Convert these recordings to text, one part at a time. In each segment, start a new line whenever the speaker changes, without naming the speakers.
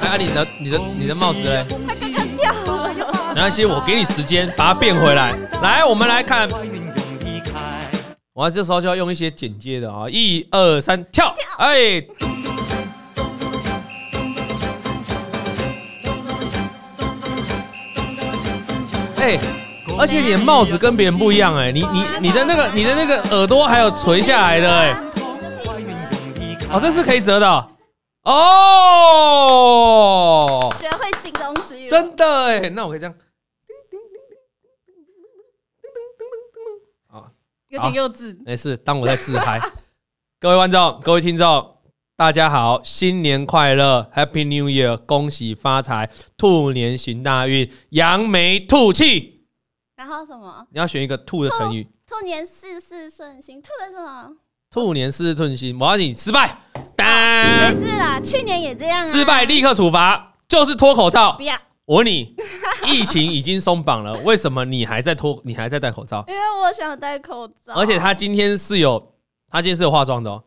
啊，你的你的你的帽子嘞？
他刚刚掉了。
没关系，我给你时间把它变回来。来，我们来看，我这时候就要用一些简介的啊，一二三，跳！哎，哎，而且你的帽子跟别人不一样哎、你你你的那个你的那个耳朵还有垂下来的哎、哦，这是可以折的哦哦，
学会新东西，
真的哎、那我可以这样。
有
啊
点幼稚。
没事，当我在自嗨。 各位观众，各位听众，大家好，新年快乐，Happy New Year，恭喜发财，兔年行大运，扬眉吐气。
然后什么？
你要选一个兔的成语，
兔年事事顺心，兔的什么？
兔年事事顺心。我要你失败，
没
当
事啦，去年也这样啊。
嗯失败立刻处罚，就是脱口罩
不。要，
我问你，疫情已经松绑了，为什么你还在脱？你还在戴口 罩？
因为我想戴口罩。
而且他今天是有，他今天是有化妆的哦。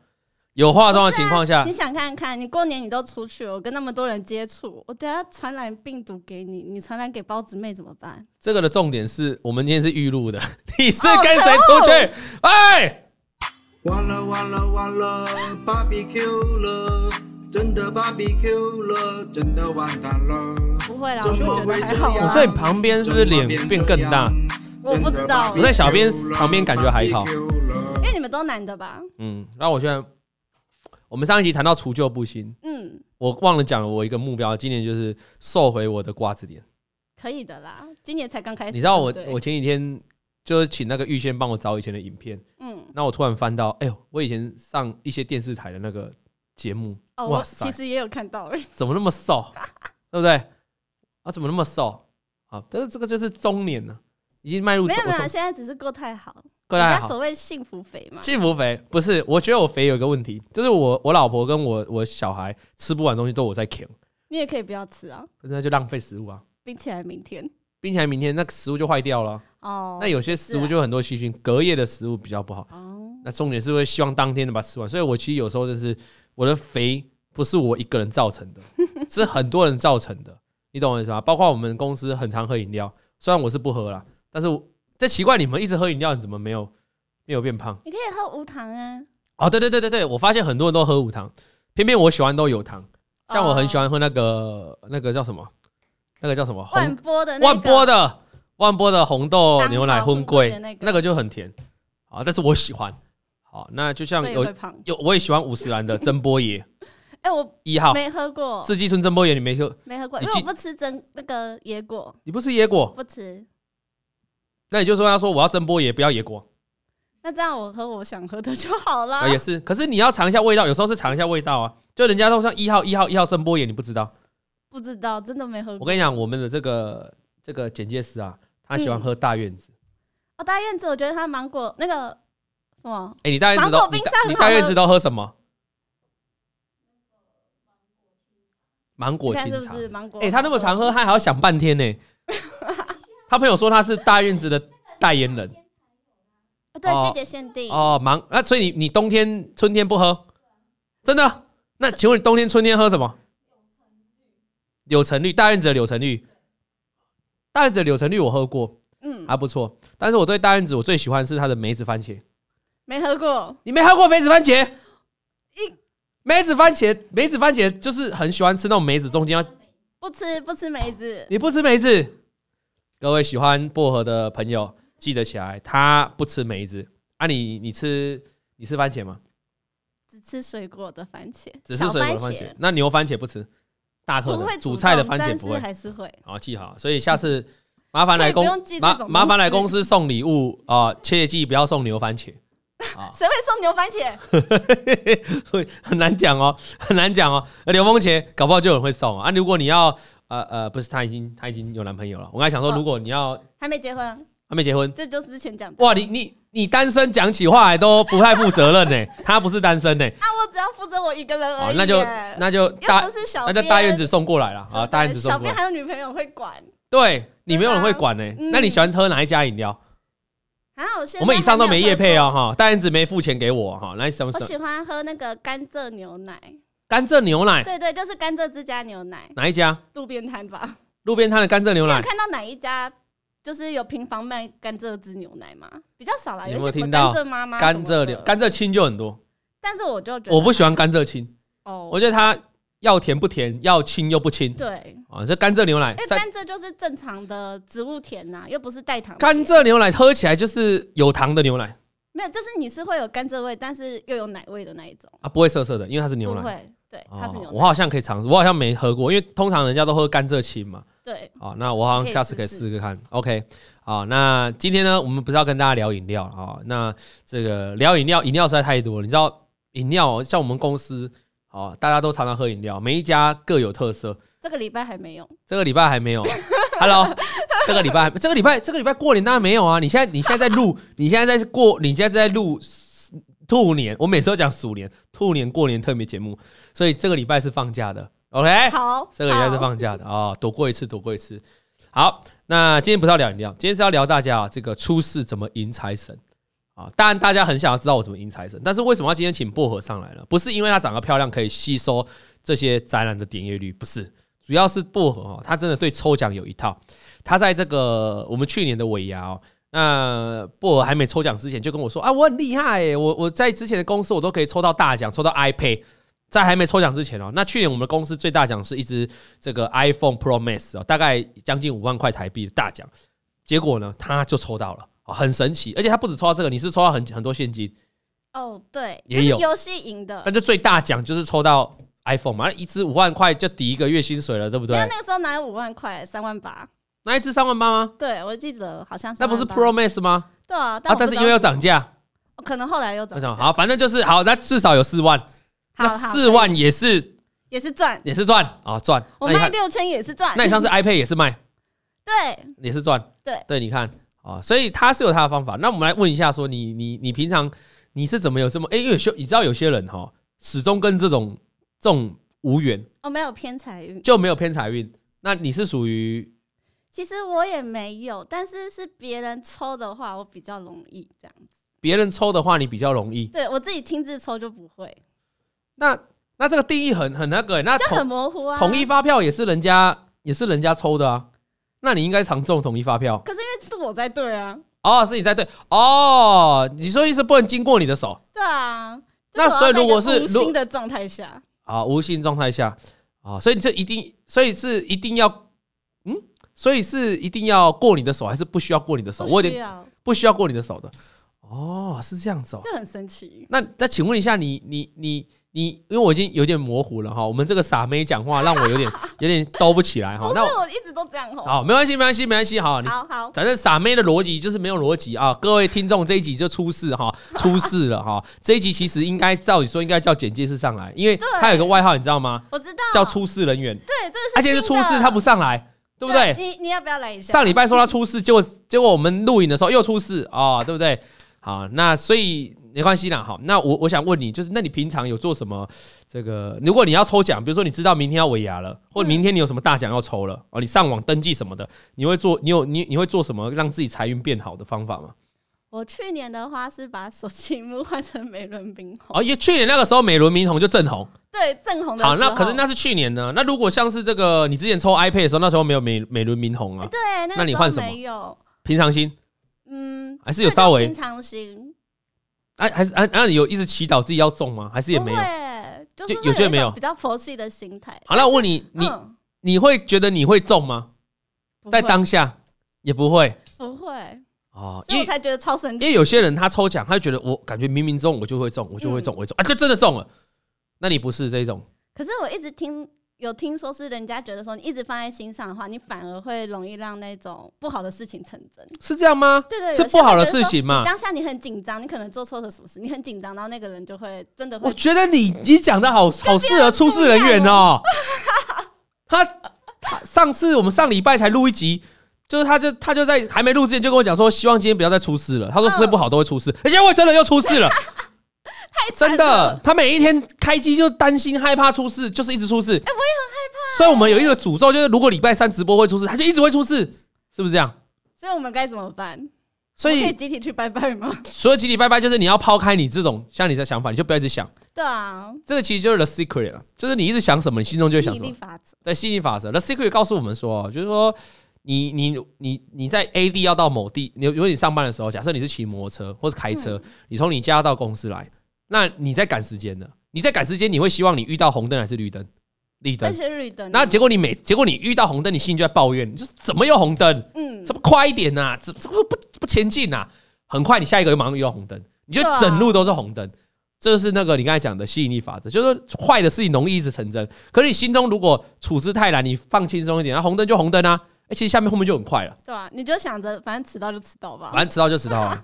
有化妆的情况下
你，想看看，你过年你都出去了，我跟那么多人接触，我等下传染病毒给你，你传染给包子妹怎么办？
这个的重点是我们今天是预录的， 你是跟谁出去？哎，
完了完了完了，BBQ 了，真的 BBQ 了，真的完蛋了。
不会啦，我
怎
是
么
觉
会
得还
这
好
我
样？
啊。
所以旁边是不是脸变更大？
我不知道
我在小编旁边感觉还好
因
哎
为你们都男的吧？
嗯，那我现在，我们上一集谈到除旧布新，
嗯，
我忘了讲了我一个目标，今年就是瘦回我的瓜子脸。
可以的啦，今年才刚开始。
你知道我
对不对
我前几天就是请那个玉仙帮我找以前的影片，
嗯，
那我突然翻到，哎呦，我以前上一些电视台的那个节目，
哦，
哇
我
塞
其实也有看到欸了，
怎么那么 瘦，对不对？啊，怎么那么瘦？啊，但是这个就是中年了，已经迈入
没
中
有没有，
中
现在只是过太好，
过来
人
好
家。所谓幸福肥嘛。
幸福肥不是，我觉得我肥有一个问题，就是我我老婆跟我我小孩吃不完东西都我在啃，
你也可以不要吃啊，
那就浪费食物啊，
冰起来明天
并且明天那个食物就坏掉了啊。
哦。
那有些食物
是啊
就有很多细菌，隔夜的食物比较不好。
哦，
那重点是会希望当天的把它吃完，所以我其实有时候就是我的肥不是我一个人造成的，是很多人造成的，你懂我意思吗？包括我们公司很常喝饮料，虽然我是不喝啦，但是我这奇怪你们一直喝饮料，你怎么没有没有变胖？
你可以喝无糖啊，
哦，对对对对对，我发现很多人都喝无糖，偏偏我喜欢都有糖，像我很喜欢喝那个那个叫什么，那个叫什么
哦万
红
波的那个
万波的万波的红豆
当
牛奶
朝
荤
富
桂
贵的那，个
那个就很甜啊，但是我喜欢。好，那就像
所以
有
会胖。
有，我也喜欢五十岚的真波爷
哎，我
一号，
没喝过，
四季春真波爷，你没喝？
没喝过，
你
因为
记
我不吃真那个野果，
你不吃野果？
不吃。
那你就说他说我要真波爷，不要野果
那这样我喝我想喝的就好啦
啊，。也是。可是你要尝一下味道，有时候是尝一下味道啊。就人家都像一号、一号、一号真波爷，你不知道。
不知道，真的没喝
我
过。
跟你讲，我们的这个这个简介师啊，他
嗯
喜欢喝大院子。
哦，大燕子，我觉得它芒果那个什么
哎、你大院子
芒
都
果
你
冰
大
沙很
你
好喝
大院子都喝什么？芒果
你看
清
是
茶
不。是芒果？
哎、他那么常喝，他还要想半天呢、他朋友说他是大院子的代言 人。
哦，对
哦
季节限定，
哦，忙那、所以你你冬天、春天不喝，真的？那请问你冬天、春天喝什么？柳橙绿，大院子的柳橙绿，大院子的柳橙绿我喝过，
嗯，
啊还不错。但是我对大院子我最喜欢是它的梅子番茄。
没喝过，
你没喝过梅子番茄
一？
梅子番茄，梅子番茄就是很喜欢吃那种梅子中间要，
不吃不吃梅子，
你不吃梅子，各位喜欢薄荷的朋友记得起来，他不吃梅子啊你你吃你吃番茄吗？
只吃水果的番茄，
只是
小
水果的番茄，，那牛番茄不吃，大颗
不会
的
主
煮
动
菜的番茄
但
不
是
会。
还是会。
好，记好，所以下次麻烦来
可以不
公
用记这
麻
种
麻烦来
东西，
公司送礼物啊、切记不要送牛番茄啊
谁会送牛番茄？
会很难讲哦， 很难讲哦。呃刘峰茄搞不好就有人会送啊。啊如果你要呃呃，不是他已经他已经有男朋友了，我刚才想说，
哦
如果你要
还没结婚啊，
还没结婚，
这就是之前讲的
哇，你你你单身讲起话来都不太负责任呢、 他不是单身呢、
啊！我只要负责我一个人
好
而已耶，
那就那就
又
大
不是小
那
编，
就大院子送过来了啊，
对
大院子送
小
过来
编。还有女朋友会管
对你没有人会管呢、
嗯
那你喜欢喝哪一家饮料？
啊！我现在
我们以上都
还
没
有喝
业哦配
过
哦，哈，大燕子没付钱给我哈，那什么
我
什么
喜欢喝那个甘蔗牛奶，
甘蔗牛奶
对对，就是甘蔗汁加牛奶，
哪一家？
路边摊吧。
路边摊的甘蔗牛
你有
奶，
看到哪一家就是有平房卖甘蔗汁牛奶吗？比较少啦，
你有没有
些什么
听
甘
到
蔗妈妈、
甘蔗牛，甘蔗青就很多。
但是我就觉得
我不喜欢甘蔗青，
哦，
我觉得它要甜不甜，要清又不清
对，
啊。这甘蔗牛奶
因为，
在
甘蔗就是正常的植物甜呐、又不是代糖。
甘蔗牛奶喝起来就是有糖的牛奶
没有，就是你是会有甘蔗味，但是又有奶味的那一种。
啊，不会涩涩的，因为它是牛
不
奶。
会，对，
哦
它是牛
我
奶，
好像可以尝试，我好像没喝过，因为通常人家都喝甘蔗青嘛。
对，
哦，那我好
可
像
以
下次
试
可以
试
试试看。OK，好、那今天呢，我们不是要跟大家聊饮料啊、哦？那这个聊饮料，饮料实在太多了。你知道，饮料像我们公司哦，大家都常常喝饮料，每一家各有特色。
这个礼拜还没有。
这个礼拜还没有啊，Hello，这个礼拜，这个礼拜，这个礼拜过年当然没有啊。你现在，你现在在录，你现在在过，你现在在录兔年，我每次都讲鼠年、兔年、过年特别节目，所以这个礼拜是放假的。OK，
好，
哎这个礼拜是
好
放假的哦，躲过一次，躲过一次。好，那今天不是要聊饮料，今天是要聊大家啊，这个出事怎么迎财神啊。当然，大家很想要知道我怎么迎财神，但是为什么要今天请薄荷上来呢？不是因为她长得漂亮可以吸收这些展览的点阅率，不是，主要是薄荷哦，她真的对抽奖有一套。她在这个我们去年的尾牙哦。那薄荷还没抽奖之前就跟我说啊，我很厉害耶！我我在之前的公司我都可以抽到大奖，抽到 iPad，在还没抽奖之前哦。那去年我们公司最大奖是一只这个 iPhone Pro Max 哦，大概将近五万块台币的大奖，结果呢，他就抽到了、哦，很神奇。而且他不止抽到这个，你是抽到很很多现金，
哦，对，
也
就是
有
游戏赢的
但。就最大奖就是抽到 iPhone 嘛，那一支五万块就抵一个月薪水了，对不
因
对
啊为？那个时候拿有五万块，三万八，
那一支三万八吗？
对我记得好像
那不是
38
Pro Max 吗？
对啊，
啊，
我
但
不
是
知
因
道
为要涨价，
可能后来又涨
我
价，
想好，反正就是好，那至少有四万，那
好好
四万也是
也是赚，
也是赚啊赚。
我
那你
卖
看，
六千也是赚，
那你上次 iPad 也是卖，
对
也是赚。
对，
对，你看啊、所以他是有他的方法。那我们来问一下，说你你你平常你是怎么有这么哎、因为有些你知道有些人哈、始终跟这种这种无缘，
我哦没有偏财运，
就没有偏财运。那你是属于
其实我也没有，但是是别人抽的话，我比较容易这样子，
别人抽的话，你比较容易。
对我自己亲自抽就不会，
那那这个定义很很那个、欸那
就很
统
模糊啊。
统一发票也是人家也是人家抽的啊。那你应该常中统一发票
可是因为是我在对啊，
哦，是你在对哦，你说意思不能经过你的手
对啊。
那
就是
所以
我要在一
如
个
果是
无
如
心的状态下，
啊，无心状态下啊，所以这一定，所以是一定要，嗯，所以是一定要过你的手，还是不需要过你的手？我
不
有
需
点
要，
不需要过你的手的。哦，是这样子哦。
就很神奇。
那那请问一下你，你你你因为我已经有点模糊了哈，我们这个傻妹讲话让我 有点有点兜不起来哈。
不是
哎那我
我一直都这样吼。
好，没关系，没关系，没关系，好，你
好好，
反正傻妹的逻辑就是没有逻辑啊！各位听众，这一集就出事哈，出事了哈！这一集其实应该照理说应该叫简介是上来，因为
对
他有个外号，你知道吗？
我知道。
叫出事人员，
对，这是
而且是
新
出事
的
他不上来，对不对？
你你要不要来一下？
上礼拜说他出事，结果结果我们录影的时候又出事啊、哦，对不对？好，那所以没关系啦。好，那我我想问你，就是那你平常有做什么？这个如果你要抽奖，比如说你知道明天要尾牙了，或者明天你有什么大奖要抽了哦，你上网登记什么的，你会做？你有你你会做什么让自己财运变好的方法吗？
我去年的话是把手机幕换成美轮冰红，
哦，因为去年那个时候美轮明红就正红，
对，正红的时候。
好，那可是那是去年呢。那如果像是这个你之前抽 iPad 的时候，那时候没有美美轮明红啊，
哎对，那
那
个
你
时候
换什么
没有，
平常心
嗯，
还是有稍微
平常心，
哎、还是哎，那、你有一直祈祷自己要中吗？还是也没有
不？会，就是
就
会
有些
一
没
种
有
比较佛系的心态。
好，那我问你，你、
嗯
你会觉得你会中吗？
不
在
会
当下也不会
不会，
哦，
所
因
以
为
我才觉得超神
因为
奇。
有些人他抽奖，他就觉得我感觉冥冥中我就会中，我就
嗯
会中，我就会中啊，就真的中了。那你不是这种
可是我一直听有听说是人家觉得说你一直放在心上的话，你反而会容易让那种不好的事情成真。
是这样吗？
对对，
是
有些
不好
会
的
觉得
事
说
情嘛
你当下你很紧张，你可能做错了什么事，你很紧张，然后那个人就会真的会
我觉得你你讲的好好适合出事人员哦。 他他上次我们上礼拜才录一集，就是他就他就在还没录之前就跟我讲说，希望今天不要再出事了。他说
嗯
睡不好都会出事，而且我真的又出事 了。哎
惨
真的，他每一天开机就担心害怕出事，就是一直出事。哎、我也很害怕。所以我们有一个诅咒，就是如果礼拜三直播会出事，他就一直会出事，是不是这样？
所以我们该怎么办？
所
我可以
以，
集体去拜拜吗？
所有集体拜拜就是你要抛开你这种像你的想法，你就不要一直想，
对啊，
这个其实就是 The Secret 了，就是你一直想什么，你心中就会想
吸
什
引
么
力。法则，
在吸引力法则，The Secret 告诉我们说，就是说你你你你在 A 地要到某地，你如果你上班的时候，假设你是骑摩托车或是开车，
嗯
你从你家到公司来，那你在赶时间的，你在赶时间，你会希望你遇到红灯还是绿灯？绿灯
而。且绿灯啊，
那结果你每结果你遇到红灯，你心里就在抱怨，你就是怎么又红灯？
嗯
怎，么快一点呐、啊？怎怎么不不前进呐、啊？很快你下一个又马上遇到红灯，你就
对啊
整路都是红灯。这就是那个你刚才讲的吸引力法则，就是说坏的事情容易一直成真。可是你心中如果处之泰然，你放轻松一点，那红灯就红灯啊。哎，其实下面后面就很快了，
对啊，你就想着反正迟到就迟到吧
反，正迟到就迟到啊。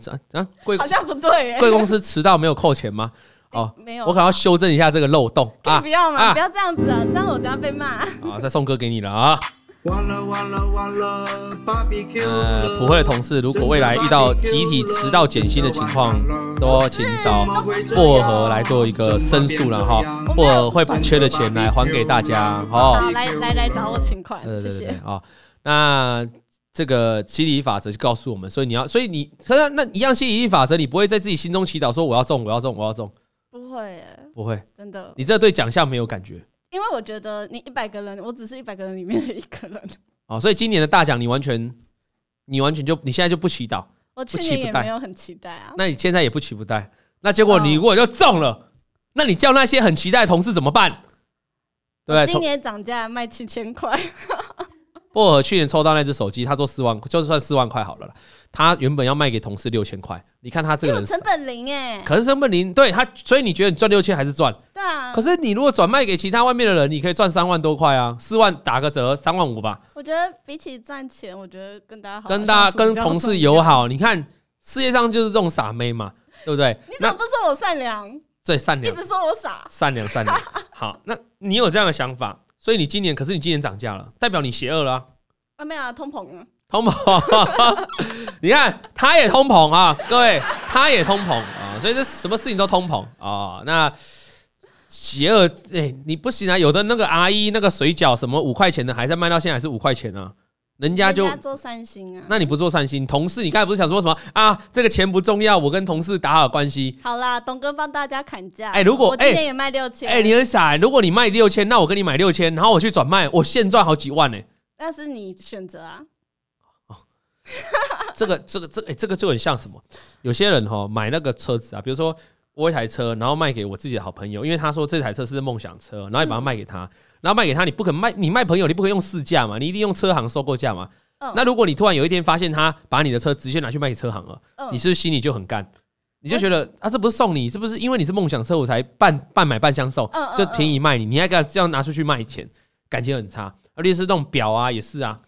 迟啊啊！贵
好像不对耶，
贵公司迟到没有扣钱吗？哦，
没有，啊
我可能要修正一下这个漏洞
可以
啊
不要
啊
嘛，不要这样子啊，这样我等下被骂。
啊！再送歌给你了啊！
完了完了完了，barbecue
呃，
了。
普惠的同事，如果未来遇到集体迟到减薪的情况，都请找薄荷来做一个申诉了哈。薄荷会把缺的钱来还给大家哦。
好，来来来找我请款
对，
谢
对对对啊、
谢。
哦那这个吸引力法则就告诉我们，所以你要，所以你那那一样吸引力法则，你不会在自己心中祈祷说我要中，我要中，我要中，
不会耶，
不会，
真的，
你这对奖项没有感觉
因为我觉得你一百个人，我只是一百个人里面的一 个人。
哦。所以今年的大奖，你完全，你完全就你现在就不祈祷，
我去
期
年
不
也
待
没有很期待啊，
那你现在也不期不待，那结果你
嗯
如果就中了，那你叫那些很期待的同事怎么办？对不对，
我今
从
年涨价卖七千块，
薄荷去年抽到那只手机，他做四万，就算四万块好了啦。他原本要卖给同事六千块，你看他这
因
个
为我
人，
成本零哎，
可是成本零，对他，所以你觉得你赚六千还是赚？
对啊
可，是你如果转卖给其他外面的人，你可以赚三万多块啊，四万打个折，三万五吧，
我觉得比起赚钱，我觉得跟大家好好
跟大
相
家
处
跟
比较
同事
重
友
要。
好。你看世界上就是这种傻妹嘛，对不对？
你怎
那
么不说我善良，
最善
一
良，
直说我傻？
善良善 良。好，那你有这样的想法，所以你今年可是你今年涨价了，代表你邪恶了、啊，
啊没有啊，通膨啊，
通膨。 你看，他也通膨啊，各位，他也通膨啊，所以这什么事情都通膨啊。那邪恶，哎、你不行啊，有的那个阿姨那个水饺什么五块钱的，还在卖到现在还是五块钱啊，人家就
人。做三星啊。
那你不做善心，同事，你刚才不是想说什么啊？这个钱不重要，我跟同事打好关系。
好啦，董哥帮大家砍价。
哎如果
我今年也卖六千，
哎、你很傻、如果你卖六千，那我跟你买六千，然后我去转卖，我现赚好几万呢、
那是你选择啊。
这个这个这哎、这个就很像什么？有些人哈、买那个车子啊，比如说我有一台车，然后卖给我自己的好朋友，因为他说这台车是梦想车，然后你
嗯
把它卖给他，然后卖给他，你不可能卖，你卖朋友，你不可以用市价嘛，你一定用车行收购价嘛。
嗯
那如果你突然有一天发现他把你的车直接拿去卖给车行了，
嗯，
你是不是心里就很干？你就觉得啊，这不是送你，这不是因为你是梦想车，我才半半买半相售
嗯，嗯
就便宜卖你，你还敢这样拿出去卖钱，感情很差。而且是那种表啊，也是啊，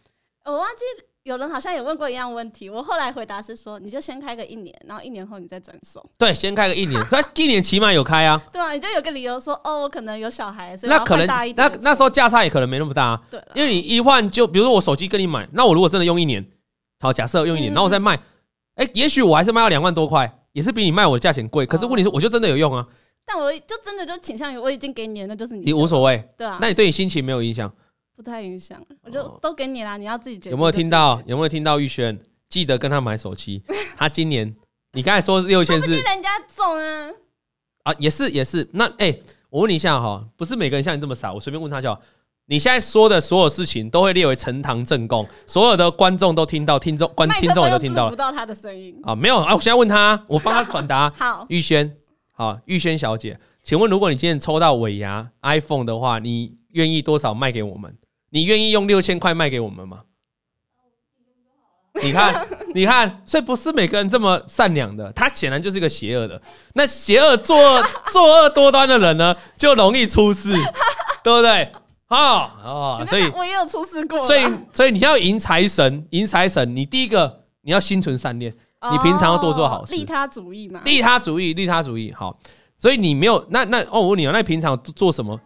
我忘记嗯有人好像也问过一样问题，我后来回答是说，你就先开个一年，然后一年后你再转手。
对，先开个一年， 那一年起码有开啊，
对啊，你就有个理由说，哦，我可能有小孩，所以我
那
要
可能
换大一点
那
的车
那时候价差也可能没那么大、啊，
对嗯了，
因为你一换就，比如说我手机跟你买，那我如果真的用一年，好，假设用一年，
嗯
然后我再卖，哎、也许我还是卖到两万多块，也是比你卖我的价钱贵。可是
哦
问题是，我就真的有用啊，
但我就真的就倾向于我已经给你了，那就是你
你
的
无所谓，
对啊，
那你对你心情没有影响。
不太影响，我就
哦
都给你啦，你要自己决定。
有没有听？到？有没有听到？玉轩，记得跟他买手机。他今年，你刚才说六千
是
是
人家中啊，
啊，也是也是。那哎、我问你一下哈，不是每个人像你这么傻，我随便问他就好。你现在说的所有事情都会列为呈堂证供，所有的观众都听到，听众观
麦克
听众也
风
都
又
听到
录
了
不到他的声音。。
啊，没有啊，我现在问他，我帮他转达
好，
玉轩，好，玉轩小姐，请问如果你今天抽到尾牙 iPhone 的话，你愿意多少卖给我们？你愿意用六千块卖给我们 吗？你看，你看，所以不是每个人这么善良的，他显然就是一个邪恶的。那邪恶作 恶作恶多端的人呢，就容易出事，对不对？哦哦，所以
我啊也有出事过啦，
所以所以你要迎财神，迎财神，你第一个你要心存善念，你平常要多做好事
哦利他主义嘛。
利他主义，利他主义，好。所以你没有那那哦，我问你哦，那平常做做什么？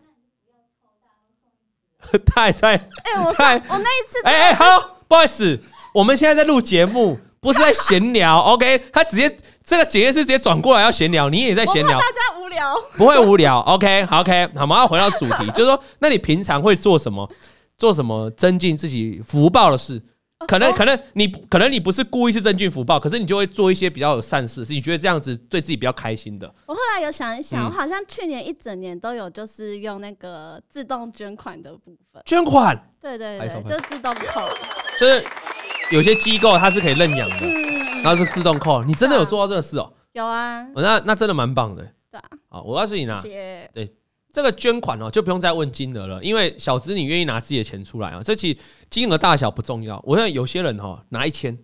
太太
哎、我上
太
我那一次，
哎哎，Hello，不好意思，我们现在在录节目，不是在闲聊，OK？他直接这个姐姐是直接转过来要闲聊，你也在
我
闲
怕
聊，
大家无聊。
不会无聊，OK？好，OK，好，我们要回到主题，就是说，那你平常会做什么？做什么增进自己福报的事？可能可能你可能你不是故意是真菌福报，可是你就会做一些比较有善事，是你觉得这样子对自己比较开心的。
我后来有想一
嗯
想，我好像去年一整年都有就是用那个自动捐款的部分，
捐款
对对
拍手
对，
拍
就自动扣。
就是有些机构它是可以认养的，
嗯，
然后就自动扣。你真的有做到这个事哦、
有啊，
哦那那真的蛮棒的。
对啊，
好，我告诉你
谢
呢，
谢。
这个捐款哦，就不用再问金额了，因为小资你愿意拿自己的钱出来啊，这其实金额大小不重要。我认为有些人哦拿一千，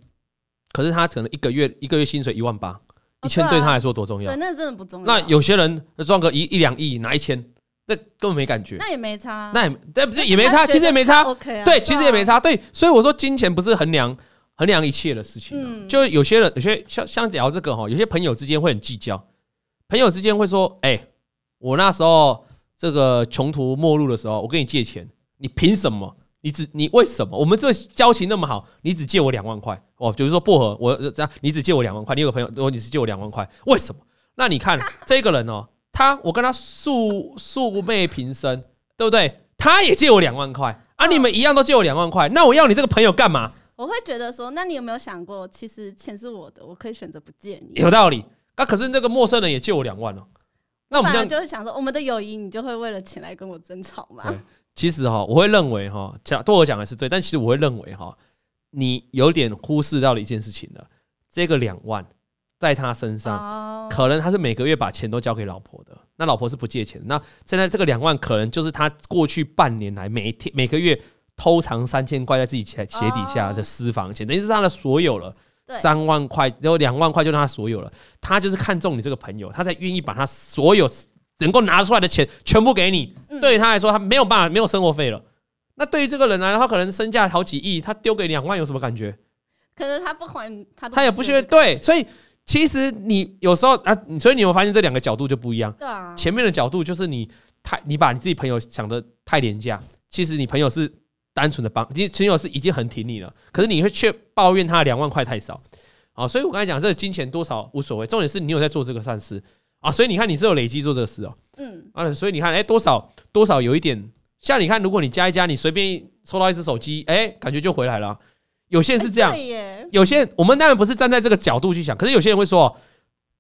可是他可能一个月一个月薪水一万八，一千对
对啊
他来说多重要
对，？那真的不重要。
那有些人赚个一一两亿拿一千，那根本没感觉，
那也没差，啊
那也那不是也没差，其实也没差，
OK 啊，
对，其实也没。差，对，所以我说金钱不是衡量衡量一切的事情啊、
嗯
就有些人有些像像聊这个哈，有些朋友之间会很计较，朋友之间会说，哎、我那时候这个穷途末路的时候，我跟你借钱，你凭什么？你只你为什么？我们这交情那么好，你只借我两万块哦，比如说薄荷，我呃这样，你只借我两万块，你有个朋友，如果你只借我两万块，为什么？那你看这个人哦，他我跟他素素昧平生，对不对？他也借我两万块啊，你们一样都借我两万块，那我要你这个朋友干嘛？
我会觉得说，那你有没有想过，其实钱是我的，我可以选择不借你。
有道理。那、可是那个陌生人也借我两万哦，那我们
反
这
而
样
就会想说，我们的友谊，你就会为了钱来跟我争吵嘛？
对其实哈、我会认为哈、讲对我讲的是对，但其实我会认为哈、你有点忽视到了一件事情了。这个两万在他身上，
哦，
可能他是每个月把钱都交给老婆的，那老婆是不借钱的。那现在这个两万，可能就是他过去半年来每天每个月偷藏三千块在自己鞋鞋底下的私房钱，等于是他的所有了。
对
三万块，然后两万块就让他所有了。他就是看中你这个朋友，他才愿意把他所有能够拿出来的钱全部给你。
嗯
对于他来说，他没有办法，没有生活费了。那对于这个人来说，他可能身价好几亿，他丢给两万有什么感觉？
可是他不还，他都
他也不觉得
借
对。所以其实你有时候啊，你所以你有没有发现这两个角度就不一样？
对啊，
前面的角度就是你太你把你自己朋友想的太廉价，其实你朋友是单纯的帮，你朋友是已经很挺你了，可是你会却抱怨他两万块太少。啊，所以我刚才讲这个金钱多少无所谓，重点是你有在做这个善事啊，所以你看你是有累积做这个事哦、
嗯，
啊，所以你看，哎、多少多少有一点，像你看，如果你加一加，你随便收到一只手机，哎、感觉就回来了。有些人是这样，
哎对耶，
有些人我们当然不是站在这个角度去想，可是有些人会说，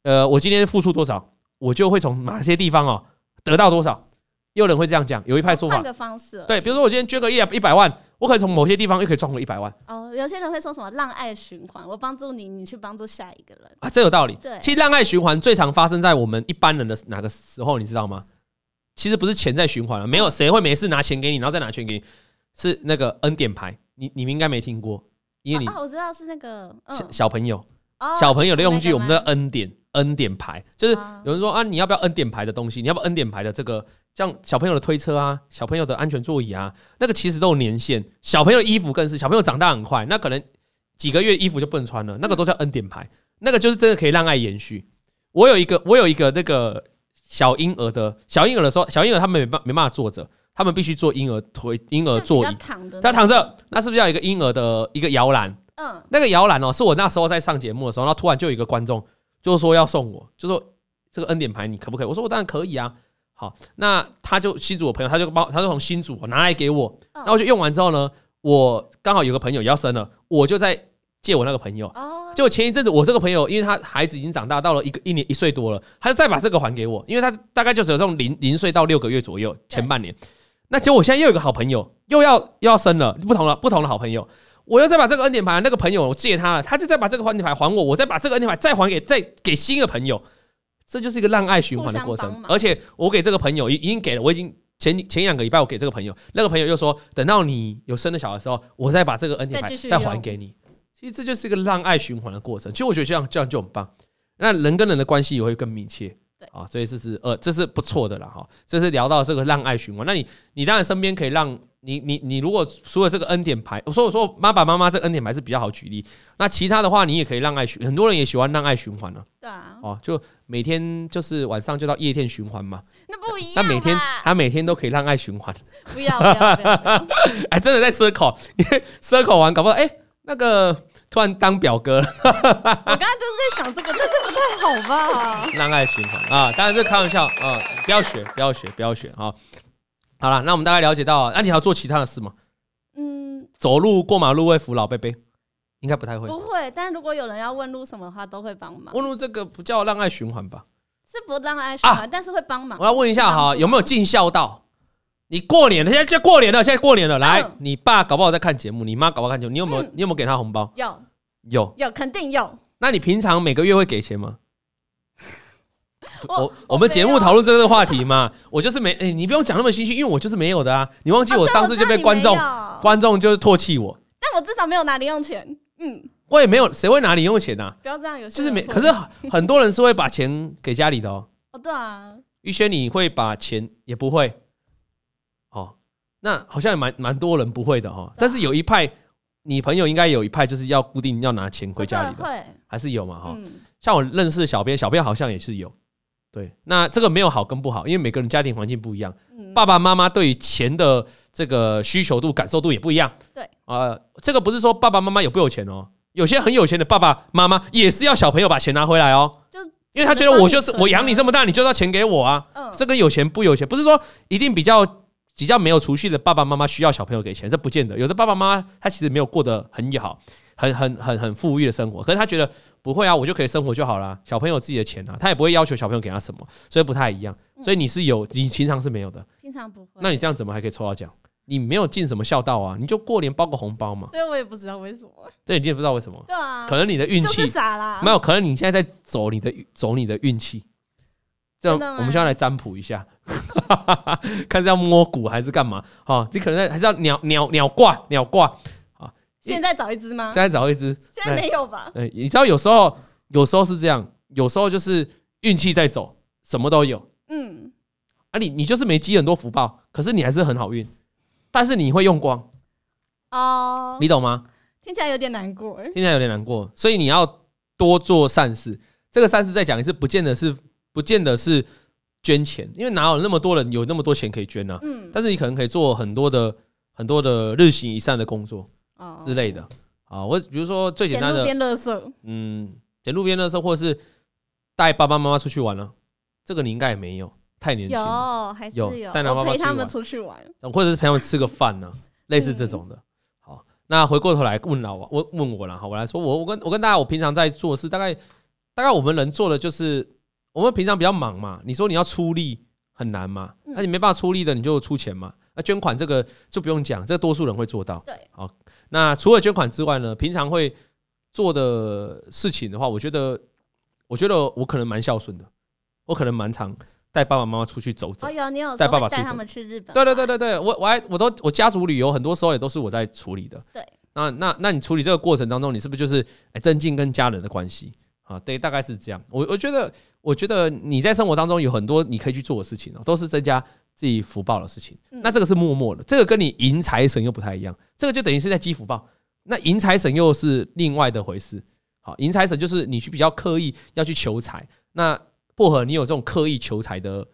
呃，我今天付出多少，我就会从哪些地方哦得到多少。也有人会这样讲，有一派说
换
法，
个方式而已。
对，比如说我今天捐个一一百万，我可以从某些地方又可以赚回一百万
哦，有些人会说什么“让爱循环”，我帮助你，你去帮助下一个人。
啊，这有道理。
对
其实让爱循环最常发生在我们一般人的哪个时候，你知道吗？其实不是钱在循环了、啊没有
嗯
谁会没事拿钱给你，然后再拿钱给你，是那个恩典牌，你你们应该没听过，因为你
哦，哦我知道是那个，
小
嗯，
小朋友
哦
小朋友的用具，
那个
我们的
吗
恩典恩典牌，就是
啊
有人说啊，你要不要恩典牌的东西？你要不要恩典牌的这个？像小朋友的推车啊，小朋友的安全座椅啊，那个其实都有年限。小朋友衣服更是，小朋友长大很快，那可能几个月衣服就不能穿了，那个都叫恩典牌，那个就是真的可以让爱延续。我有一个，我有一个那个小婴儿的小婴儿的时候，小婴儿他们没办没办法坐着，他们必须坐婴儿推婴儿
那比
座
较
椅，
躺的，
呃他躺，着，那是不是要有一个婴儿的一个摇篮？
嗯，
那个摇篮哦，是我那时候在上节目的时候，然后突然就有一个观众就说要送我，就说这个恩典牌你可不可以？我说我当然可以啊。好，那他就新主我朋友，他就帮他就从新主拿来给我，
嗯
然后我就用完之后呢，我刚好有个朋友也要生了，我就在借我那个朋友。
哦，
就前一阵子我这个朋友，因为他孩子已经长大到了一个一年一岁多了，他就再把这个还给我，因为他大概就只有这种零零岁到六个月左右前半年。那结果我现在又有一个好朋友，又要又要生了，不同了不同的好朋友，我又再把这个恩典牌那个朋友我借他了，他就再把这个恩典牌还我，我再把这个恩典牌再还给再给新的朋友，这就是一个让爱循环的过
互
程
相帮。忙
而且我给这个朋友已已经给了，我已经。前前两个礼拜我给这个朋友，那个朋友又说，等到你有生的小孩的时候，我再把这个恩典
再
牌
继续
再还
用
给你。其实这就是一个让爱循环的过程。其实我觉得这样这样就很棒，那人跟人的关系也会更密切。
对
啊，所以这是呃，这是不错的了哈。这是聊到这个让爱循环，那你你当然身边可以让你你你如果除了这个恩典牌，我说我说爸爸妈妈这个恩典牌是比较好举例，那其他的话你也可以让爱循，很多人也喜欢让爱循环啊，
对啊，
哦，就每天就是晚上就到夜店循环嘛，
那不一
他
样嘛。啊
每天他每天都可以让爱循环，
不要不要不要不要，
哎，真的在 circle，因为 circle 完搞不好哎、那个突然当表哥了。
我刚刚就是在想这个，但这不太好吧？
让爱循环啊，当然这开玩笑啊，不要学，不要学，不要学啊。好啊了，那我们大概了解到，那、你还要做其他的事吗？
嗯，
走路过马路会扶老贝贝，应该不太会。
不会。但如果有人要问路什么的话，都会帮忙，
问路这个不叫让爱循环吧？
是不让爱循环，但是会帮忙
啊我。要问一下哈，
帮助
有没有尽孝道？你过年了，现在就过年了，现在过年了，来
嗯，
你爸搞不好在看节目，你妈搞不好看节目，你有没有
嗯
你有没有给他红包？
有
有。
有肯定有，
那你平常每个月会给钱吗？
我
我我们节目讨论这个话题嘛，我就是哦没，哎，你不用讲那么心虚，因为我就是没有的啊。你忘记我上次就被观众
但
观众就是唾弃我，
我至少没有拿零用钱。嗯，
我也没有谁会拿零用钱啊，
不要这样，有些
就是没。
人
可
会
是很很多人是会把钱给家里的哦。
哦，对啊，
玉轩，你会把钱也不会，哦，那好像也蛮蛮多人不会的哦。但是有一派，你朋友应该有一派就是要固定要拿钱回家里
哦
的，哦
对
还是有嘛哈、
会，嗯，
像我认识的小编，小编好像也是有。对，那这个没有好跟不好，因为每个人家庭环境不一样，
嗯
爸爸妈妈对于钱的这个需求度、感受度也不一样。
对，
呃，这个不是说爸爸妈妈有不有钱哦，有些很有钱的爸爸妈妈也是要小朋友把钱拿回来哦，
就
因为他觉得我就是
帮存啊
我养你这么大，你就要钱给我啊。
嗯
这跟有钱不有钱，不是说一定比较比较没有储蓄的爸爸妈妈需要小朋友给钱，这不见得。有的爸爸妈妈他其实没有过得很好，很很很很富裕的生活，可是他觉得不会啊，我就可以生活就好啦。小朋友有自己的钱啊，他也不会要求小朋友给他什么，所以不太一样。所以你是有，你平常是没有的，
平常不会，
那你这样怎么还可以抽到奖？你没有尽什么孝道啊，你就过年包个红包嘛。
所以我也不知道为什么，
这你也不知道为什么，
对啊，
可能你的运
就是
气
傻啦，
没有，可能你现在在走你的走你的运气。这样
真的吗
我们现在来占卜一下， 看是要摸骨还是干嘛？哦，你可能在还是要鸟鸟鸟卦鸟卦，
现在找一只吗
现？在找一只。
现在没有吧？
嗯，你知道有时候有时候是这样，有时候就是运气在走，什么都有
嗯，
啊你。你就是没积很多福报，可是你还是很好运，但是你会用光，
哦，
你懂吗？
听起来有点难过欸，
听起来有点难过，所以你要多做善事。这个善事再讲一次，不见得是不见得是捐钱，因为哪有那么多人有那么多钱可以捐呢、啊？
嗯，
但是你可能可以做很多的很多的日行一善的工作
哦
之类的啊。我比如说最简
捡
单
路
的，
边垃圾，
嗯，捡路边垃圾，或是带爸爸妈妈出去玩啊，这个你应该也没有，太年轻了，
有还是
有
有，
带他
我
爸爸
陪
出
他
去
们
玩
出去玩，
或者是陪他们吃个饭呢、类似这种的。好，那回过头来问老王问问我了哈，我来说，我我跟我跟大家，我平常在做的事，大概大概我们能做的就是，我们平常比较忙嘛，你说你要出力很难嘛，
嗯
那你没办法出力的，你就出钱嘛。那捐款这个就不用讲，这个多数人会做到。
对，
好，那除了捐款之外呢，平常会做的事情的话，我觉得，我觉得我可能蛮孝顺的，我可能蛮常带爸爸妈妈出去走走
哦。有，你有
带
说
爸爸
会
出
带
去
他们去日本，
对对对，对对，我我还我都我家族旅游，很多时候也都是我在处理的。
对，
那那那你处理这个过程当中，你是不是就是哎增进跟家人的关系啊？对，大概是这样。我我觉得我觉得你在生活当中有很多你可以去做的事情哦，都是增加自己福报的事情。
嗯
那这个是默默的，这个跟你迎财神又不太一样，这个就等于是在积福报。那迎财神又是另外的回事。好，迎财神就是你去比较刻意要去求财。那薄荷，你有这种刻意求财的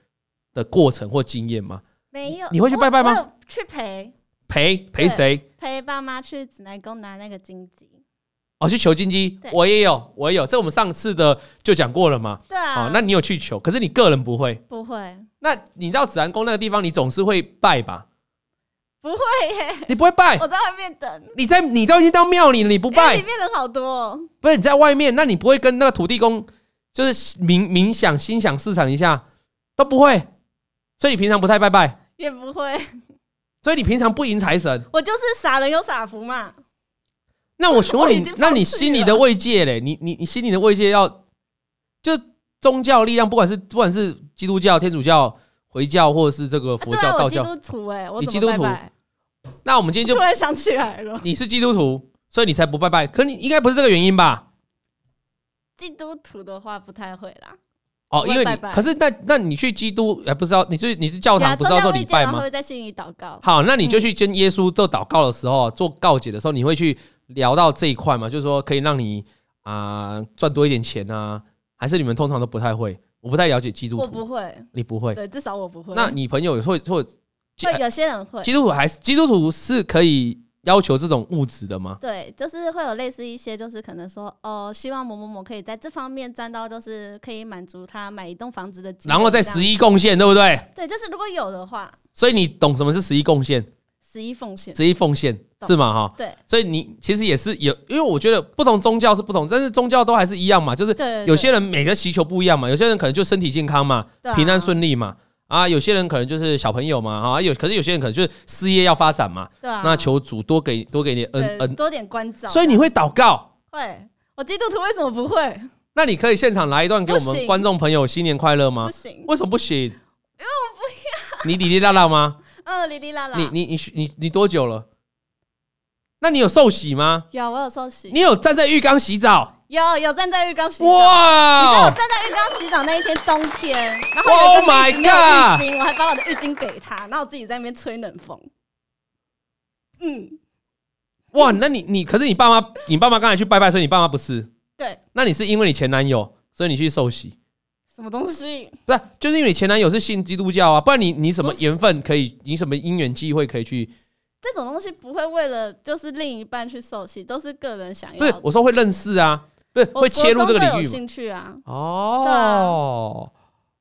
的过程或经验吗？
没有，
你会去
我
拜拜吗？
我有去陪
陪陪谁？
陪爸妈去紫南宫拿那个金鸡，
哦，去求金鸡
对，
我也有，我也有，这我们上次的就讲过了嘛。
对啊，
哦，那你有去求，可是你个人不会。
不会
那你到紫兰宫那个地方，你总是会拜吧？
不会耶，
你不会拜
我，在哎外面等，
你在你都已经到庙里了，你不
因为
拜
里，面人好多哦，
不是你在外面，那你不会跟那个土地公就是冥冥想、心想、事想一下都不会，所以你平常不太拜拜，
也不会，
所以你平常不迎财神。
我就是傻人有傻福嘛，
那我请问
我已
你
经，
那你
放弃
心里
了
的慰藉嘞？你你你心里的慰藉要，就宗教力量，不管是不管是基督教、天主教、回教，或者是这个
啊
佛
对
教、
啊，
道
我基
教。
督徒哎，我
你
怎
基
么
督
拜
徒
拜？
那我们今天
突
就
然想起来了，
你是基督徒，所以你才不拜拜。可你应该不是这个原因吧？
基督徒的话不太会啦，
哦，
不会
因为你
拜拜
可是那那你去基督，哎，不知道你是你是教
啊
堂，不是要做礼拜
会
吗？
会在心里祷告，
好，那你就去跟耶稣做祷告的时候，做告解的时候，你会去聊到这一块吗？就是说可以让你啊、赚多一点钱啊，还是你们通常都不太会？我不太了解基督
我
徒，
不会，
你不会？
对，至少我不会。
那你朋友会会基
会有些人会，
基督徒还是基督徒是可以要求这种物质的吗？
对，就是会有类似一些，就是可能说，哦，希望某某某可以在这方面赚到，就是可以满足他买一栋房子的钱。
然后在
这样
十一贡献，对不对？
对，就是如果有的话，
所以你懂什么是十一贡献？
十十一奉献，
十一奉献
懂
是吗？哈，
对
所以你其实也是有，因为我觉得不同宗教是不同，但是宗教都还是一样嘛，就是
对，
有些人每个祈求不一样嘛，有些人可能就身体健康嘛，
对啊
平安顺利嘛，啊，有些人可能就是小朋友嘛，啊，有可是有些人可能就是事业要发展嘛，
对啊，
那求主多给多给你
对
恩恩，
多点关照，
所以你会祷告，
会，我基督徒为什么不会？
那你可以现场来一段给我
不
们
行
观众朋友新年快乐吗
不？行，
为什么不行？因为我不要。你哩哩啦啦吗？
嗯，哩哩啦啦，
你你你你你多久了？那你有受洗吗？
有我有受洗，
你有站在浴缸洗澡？
有有站在浴缸洗澡。你知道我
哇！哦
站在浴缸洗澡那一天，冬天，然后有一
Oh
个
my
妹子没有
God
浴巾，我还把我的浴巾给她，然后我自己在那边吹冷风。嗯，
哇！那你你可是你爸妈，你爸妈刚才去拜拜，所以你爸妈不是？
对，
那你是因为你前男友，所以你去受洗？
什么东西？
不是，就是因为你前男友是信基督教啊，不然你你什么
不是
缘分可以，你什么因缘机会可以去？
这种东西不会为了就是另一半去受洗，都是个人想要
不是
的。，
我说会认识啊，不是
我
会切入这个
国中
领
就有啊
域嘛？
兴趣啊，
哦，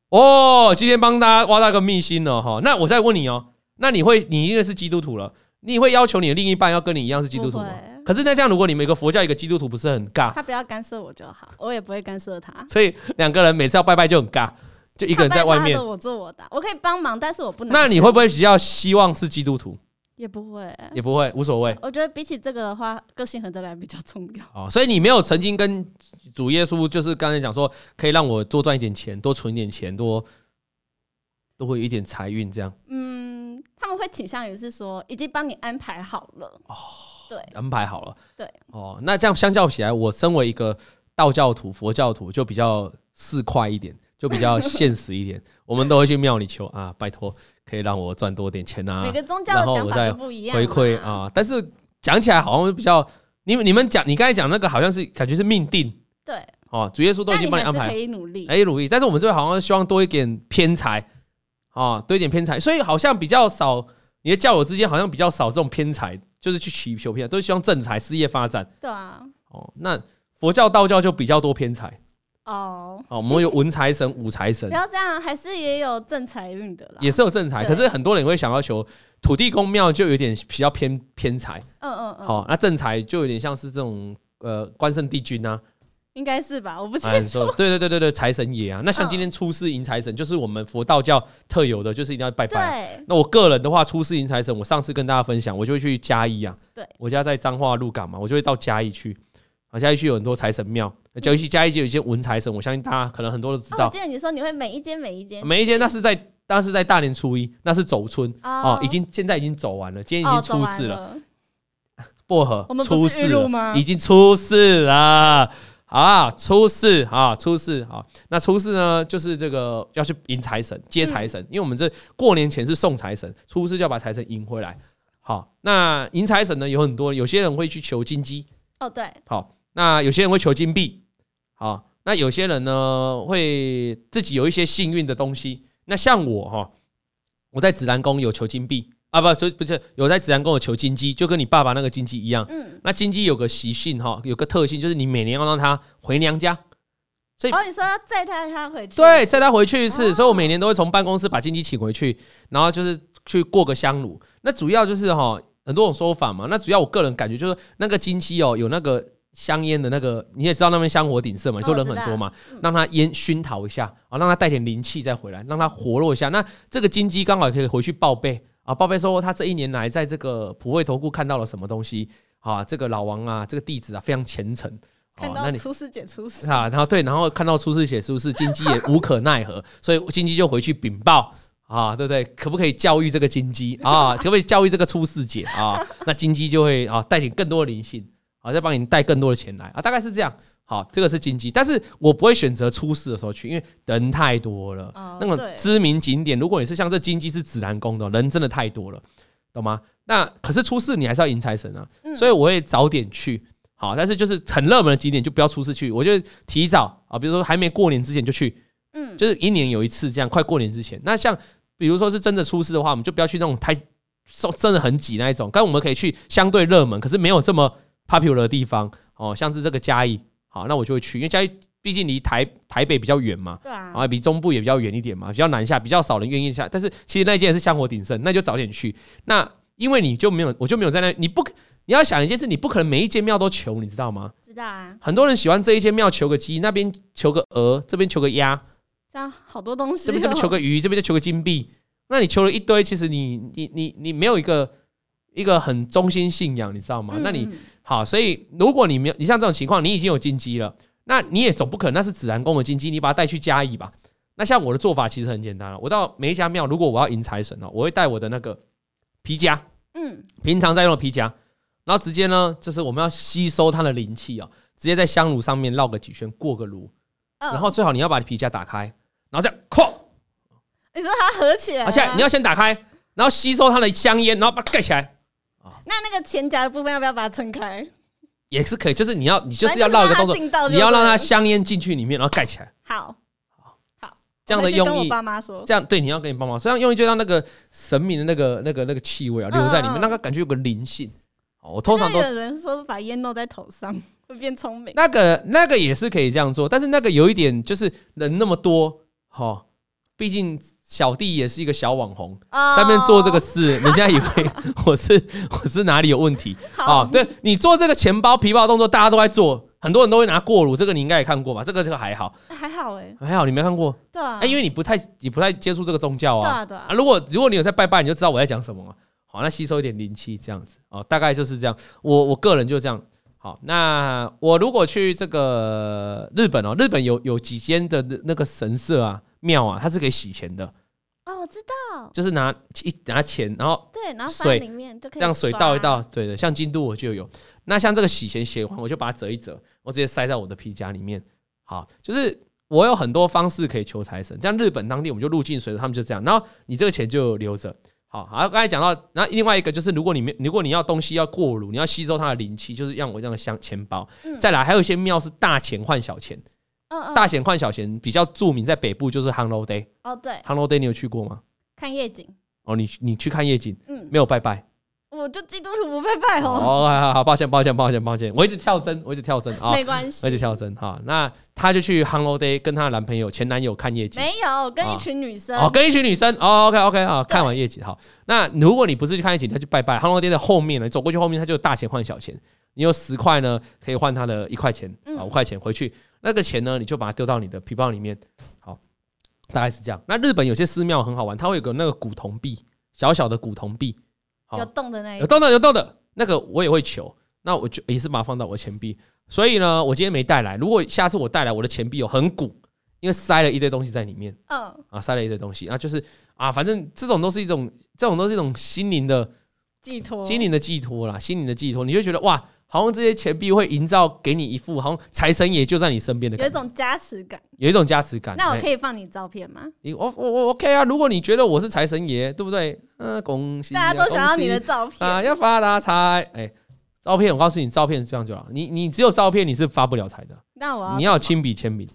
哦，今天帮大家挖到一个秘辛了哈。那我再问你哦，那你会，你因为是基督徒了，你会要求你的另一半要跟你一样是基督徒吗
不会？
可是那这样，如果你们一个佛教一个基督徒，不是很尬？
他不要干涉我就好，我也不会干涉他。
所以两个人每次要拜拜就很尬，就一
一
个人在外面。
我做我的，啊我可以帮忙，但是我不能。
那你会不会比较希望是基督徒？
也不会？
也不会，无所谓
我觉得比起这个的话，个性合得来比较重 要。
哦。所以你没有曾经跟主耶稣，就是刚才讲说，可以让我多赚一点钱，多存一点钱，多都会有一点财运这样。
嗯，他们会倾向于是说已经帮你安排好了。哦，对，
安排好了。
对，
哦，那这样相较起来，我身为一个道教徒、佛教徒，就比较市侩一点，就比较现实 一点。我们都会去庙里求啊，拜托，可以让我赚多点钱啊
每，个宗教
然
的
后
讲
我
法
再
都不一样
回
嘛。
馈啊。但是讲起来好像比较，你们你们讲，你刚才讲那个好像是感觉是命定
对，
哦，主耶稣都已
但
经
你
帮
还
你安
是
排
可，以努力。
哎，努力。但是我们这边好像希望多一点偏财啊，多一点偏财，所以好像比较少。你的教友之间好像比较少这种偏财，就是去祈求偏财，都是希望正财、事业发展。
对啊，
哦，那佛教、道教就比较多偏财
哦，
哦，我们有文财神、武财神
不，要这样，还是也有正财运的啦。
嗯也是有正财，可
对
是很多人会想要求土地公庙，就有点比较偏偏财。
嗯嗯嗯，
哦，那正财就有点像是这种呃关圣帝君 啊，
应该是吧？我不清
哎，你
楚。
说对对对对对，财神爷啊。那像今天出世迎财神，就是我们佛道教特有的，就是一定要拜拜啊。
对，
那我个人的话，出世迎财神，我上次跟大家分享，我就会去嘉义啊。
对，
我家在彰化鹿港嘛，我就会到嘉义去。啊，嘉义区有很多财神庙，嘉义区嘉义就有一些文财神，我相信大家可能很多都知
哦，
道
我。记得你说你会每一间每一间
每一间那是在那是在大年初一，那是走春哦
哦，
已经现在已经走完了，今天已
哦
经
走
出
完
事了，
了。
薄荷
我们
出
不是
事
预
了
录吗
已经出事了。啊，出事啊，出事啊！那出事呢，就是这个要去迎财神、接财
嗯
神，因为我们这过年前是送财神，出事就要把财神迎回来。好，那迎财神呢，有很多，有些人会去求金鸡，
哦，对，
好，那有些人会求金币，好，那有些人呢会自己有一些幸运的东西。那像我哈，我在指南宫有求金币啊，不，所以不是有在指南宫有求金鸡，就跟你爸爸那个金鸡一样。
嗯，
那金鸡有个习性哈，有个特性就是你每年要让它回娘家，对
哦，你说要载他他回去，
对，载它回去一次。
哦
所以我每年都会从办公室把金鸡请回去，然后就是去过个香炉。那主要就是哈，很多种说法嘛。那主要我个人感觉就是那个金鸡哦，有那个香烟的那个，你也知道那边香火鼎盛嘛，你说
哦
人
我
很
知道
多嘛，让它烟熏陶一下啊，让它带点灵气再回来，让它活络一下。那这个金鸡刚好也可以回去报备啊，报备说他这一年来在这个普惠投顾看到了什么东西啊，这个老王啊，这个弟子啊非常虔诚。
看
哦
到
那你
出事解出事，
啊，然后对，然后看到出事写出事，金鸡也无可奈何， 所以金鸡就回去禀报啊，对不对？可不可以教育这个金鸡啊？可 不可以教育这个出事姐啊？那金鸡就会啊带点更多的灵性，啊，再帮你带更多的钱来啊，大概是这样。好，这个是金鸡，但是我不会选择出事的时候去，因为人太多了。
哦
那种
对
知名景点，如果你是像这金鸡是指南宫的，人真的太多了，懂吗？那可是出事你还是要迎财神啊，
嗯
所以我会早点去。好，但是就是很热门的景点就不要出事去，我就提早啊，比如说还没过年之前就去，
嗯，
就是一年有一次这样，快过年之前。那像比如说是真的出事的话，我们就不要去那种太受真的很挤那一种，但我们可以去相对热门，可是没有这么 popular 的地方哦，像是这个嘉义，好，那我就会去，因为嘉义毕竟离台台北比较远嘛，
对啊，
啊，比中部也比较远一点嘛，比较南下，比较少人愿意下。但是其实那一间也是香火鼎盛，那就早点去。那因为你就没有，我就没有在那，你不可你要想一件事，你不可能每一间庙都求，你知道吗？
知道啊，
很多人喜欢这一间庙求个鸡，那边求个鹅，这边求个鸭，
这样好多东西、
这
哦。
边这边求个鱼，这边再求个金币。那你求了一堆，其实你你你你没有一个一个很中心信仰，你知道吗？
嗯
那你
嗯
好，所以如果你没有你像这种情况，你已经有金鸡了，那你也总不可能那是紫檀宫的金鸡，你把它带去嘉义吧。那像我的做法其实很简单啊了，我到每一家庙，如果我要迎财神哦，我会带我的那个皮夹，
嗯，
平常在用的皮夹，然后直接呢，就是我们要吸收它的灵气哦，直接在香炉上面绕个几圈，过个炉，
嗯
然后最好你要把皮夹打开，然后这样哐，
你说它合起来吗，啊
而啊且你要先打开，然后吸收它的香烟，然后把它盖起来
那那个钱夹的部分要不要把它撑开？
也是可以，就是你要你就是
反正
要绕一个动
让它
作，
进到就
你要让
对
它
了
香烟进去里面，然后盖起来，
好
这样的
我回去跟
用
我
意。
爸妈说，
这样对，你要跟你帮忙，这样用意就让那个神明的那个、那个、那个气味啊留在里面，
嗯嗯
那个感觉有个灵性。哦我通常都
那有人说把烟弄在头上会变聪 明，
那个那个也是可以这样做，但是那个有一点就是人那么多，哈、毕竟小弟也是一个小网红，
哦
在那边做这个事，人家以为 我是我是哪里有问题啊、
好，
对你做这个钱包皮包动作，大家都在做，很多人都会拿过炉，这个你应该也看过吧？这个这个还好，
还好哎，
还好你没看过，
对啊
哎、，因为你不太你不太接触这个宗教
对
啊。
啊对
啊，
啊，
如果如果你有在拜拜，你就知道我在讲什么了。好，那吸收一点灵气这样子哦，大概就是这样。我我个人就这样。好，那我如果去这个日本哦，日本有有几间的那那个神社啊、庙啊，它是可以洗钱的，
哦我知道，
就是拿一拿钱，然后
对，然后放在
水
里面就可
这
以
样水
刷
倒一，倒，对的。像京都我就有，那像这个洗钱鞋环，我就把它折一折，我直接塞在我的皮夹里面。好，就是我有很多方式可以求财神，像日本当地我们就入境随俗，他们就这样，然后你这个钱就留着。好，好，刚才讲到，然后另外一个就是，如果你没，如果你要东西要过炉，你要吸收它的灵气，就是让我这样的香钱包。
嗯
再来，还有一些庙是大钱换小钱，
嗯嗯，
大钱换小钱比较著名，在北部就是 h a n g l o Day。
哦对，
h a n g l o Day 你有去过吗？
看夜景，
哦，你你去看夜景，
嗯，
没有拜拜。
我就基督徒不拜拜哦，
哦，好好好，抱歉，抱歉，抱歉，抱歉，我一直跳针，我一直跳针啊，
没关系
我一，直跳针哈。那她就去 h a n g l o Day 跟她男朋友前男友看夜景，
没有，我跟
啊
一群女生，
哦，跟一群女生，哦，OK OK 啊，看完夜景好。那如果你不是去看夜景，他去拜拜 h a n g l o Day 的后面呢，走过去后面，他就有大钱换小钱，你有十块呢，可以换他的一块钱啊，
嗯
五块钱回去，那个钱呢，你就把它丢到你的皮包里面，好，大概是这样。那日本有些寺庙很好玩，它会有个那个古铜币，小小的古铜币，好
有动的那一
有
种，
动的有动的，那个我也会求，那我就也是把它放到我的钱币。所以呢，我今天没带来，如果下次我带来，我的钱币有很鼓，因为塞了一堆东西在里面
嗯，
啊，塞了一堆东西，啊，就是啊，反正这种都是一种，这种都是一种心灵的
寄托，
心灵的寄托啦，心灵的寄托，你就觉得哇，好像这些钱币会营造给你一副好像财神爷就在你身边的
有一
感觉，
种加持感。
有一种加持感。
那我
嘿
可以放你照片吗？
你我我我 OK 啊，如果你觉得我是财神爷，对不对？嗯、恭喜、
大
啊，
家都想要
恭喜
你的照片，
啊，要发大财！哎、照片我告诉你，照片是这样就好。你你只有照片，你是发不了财的。
那我要
你要有
什么
亲笔签名，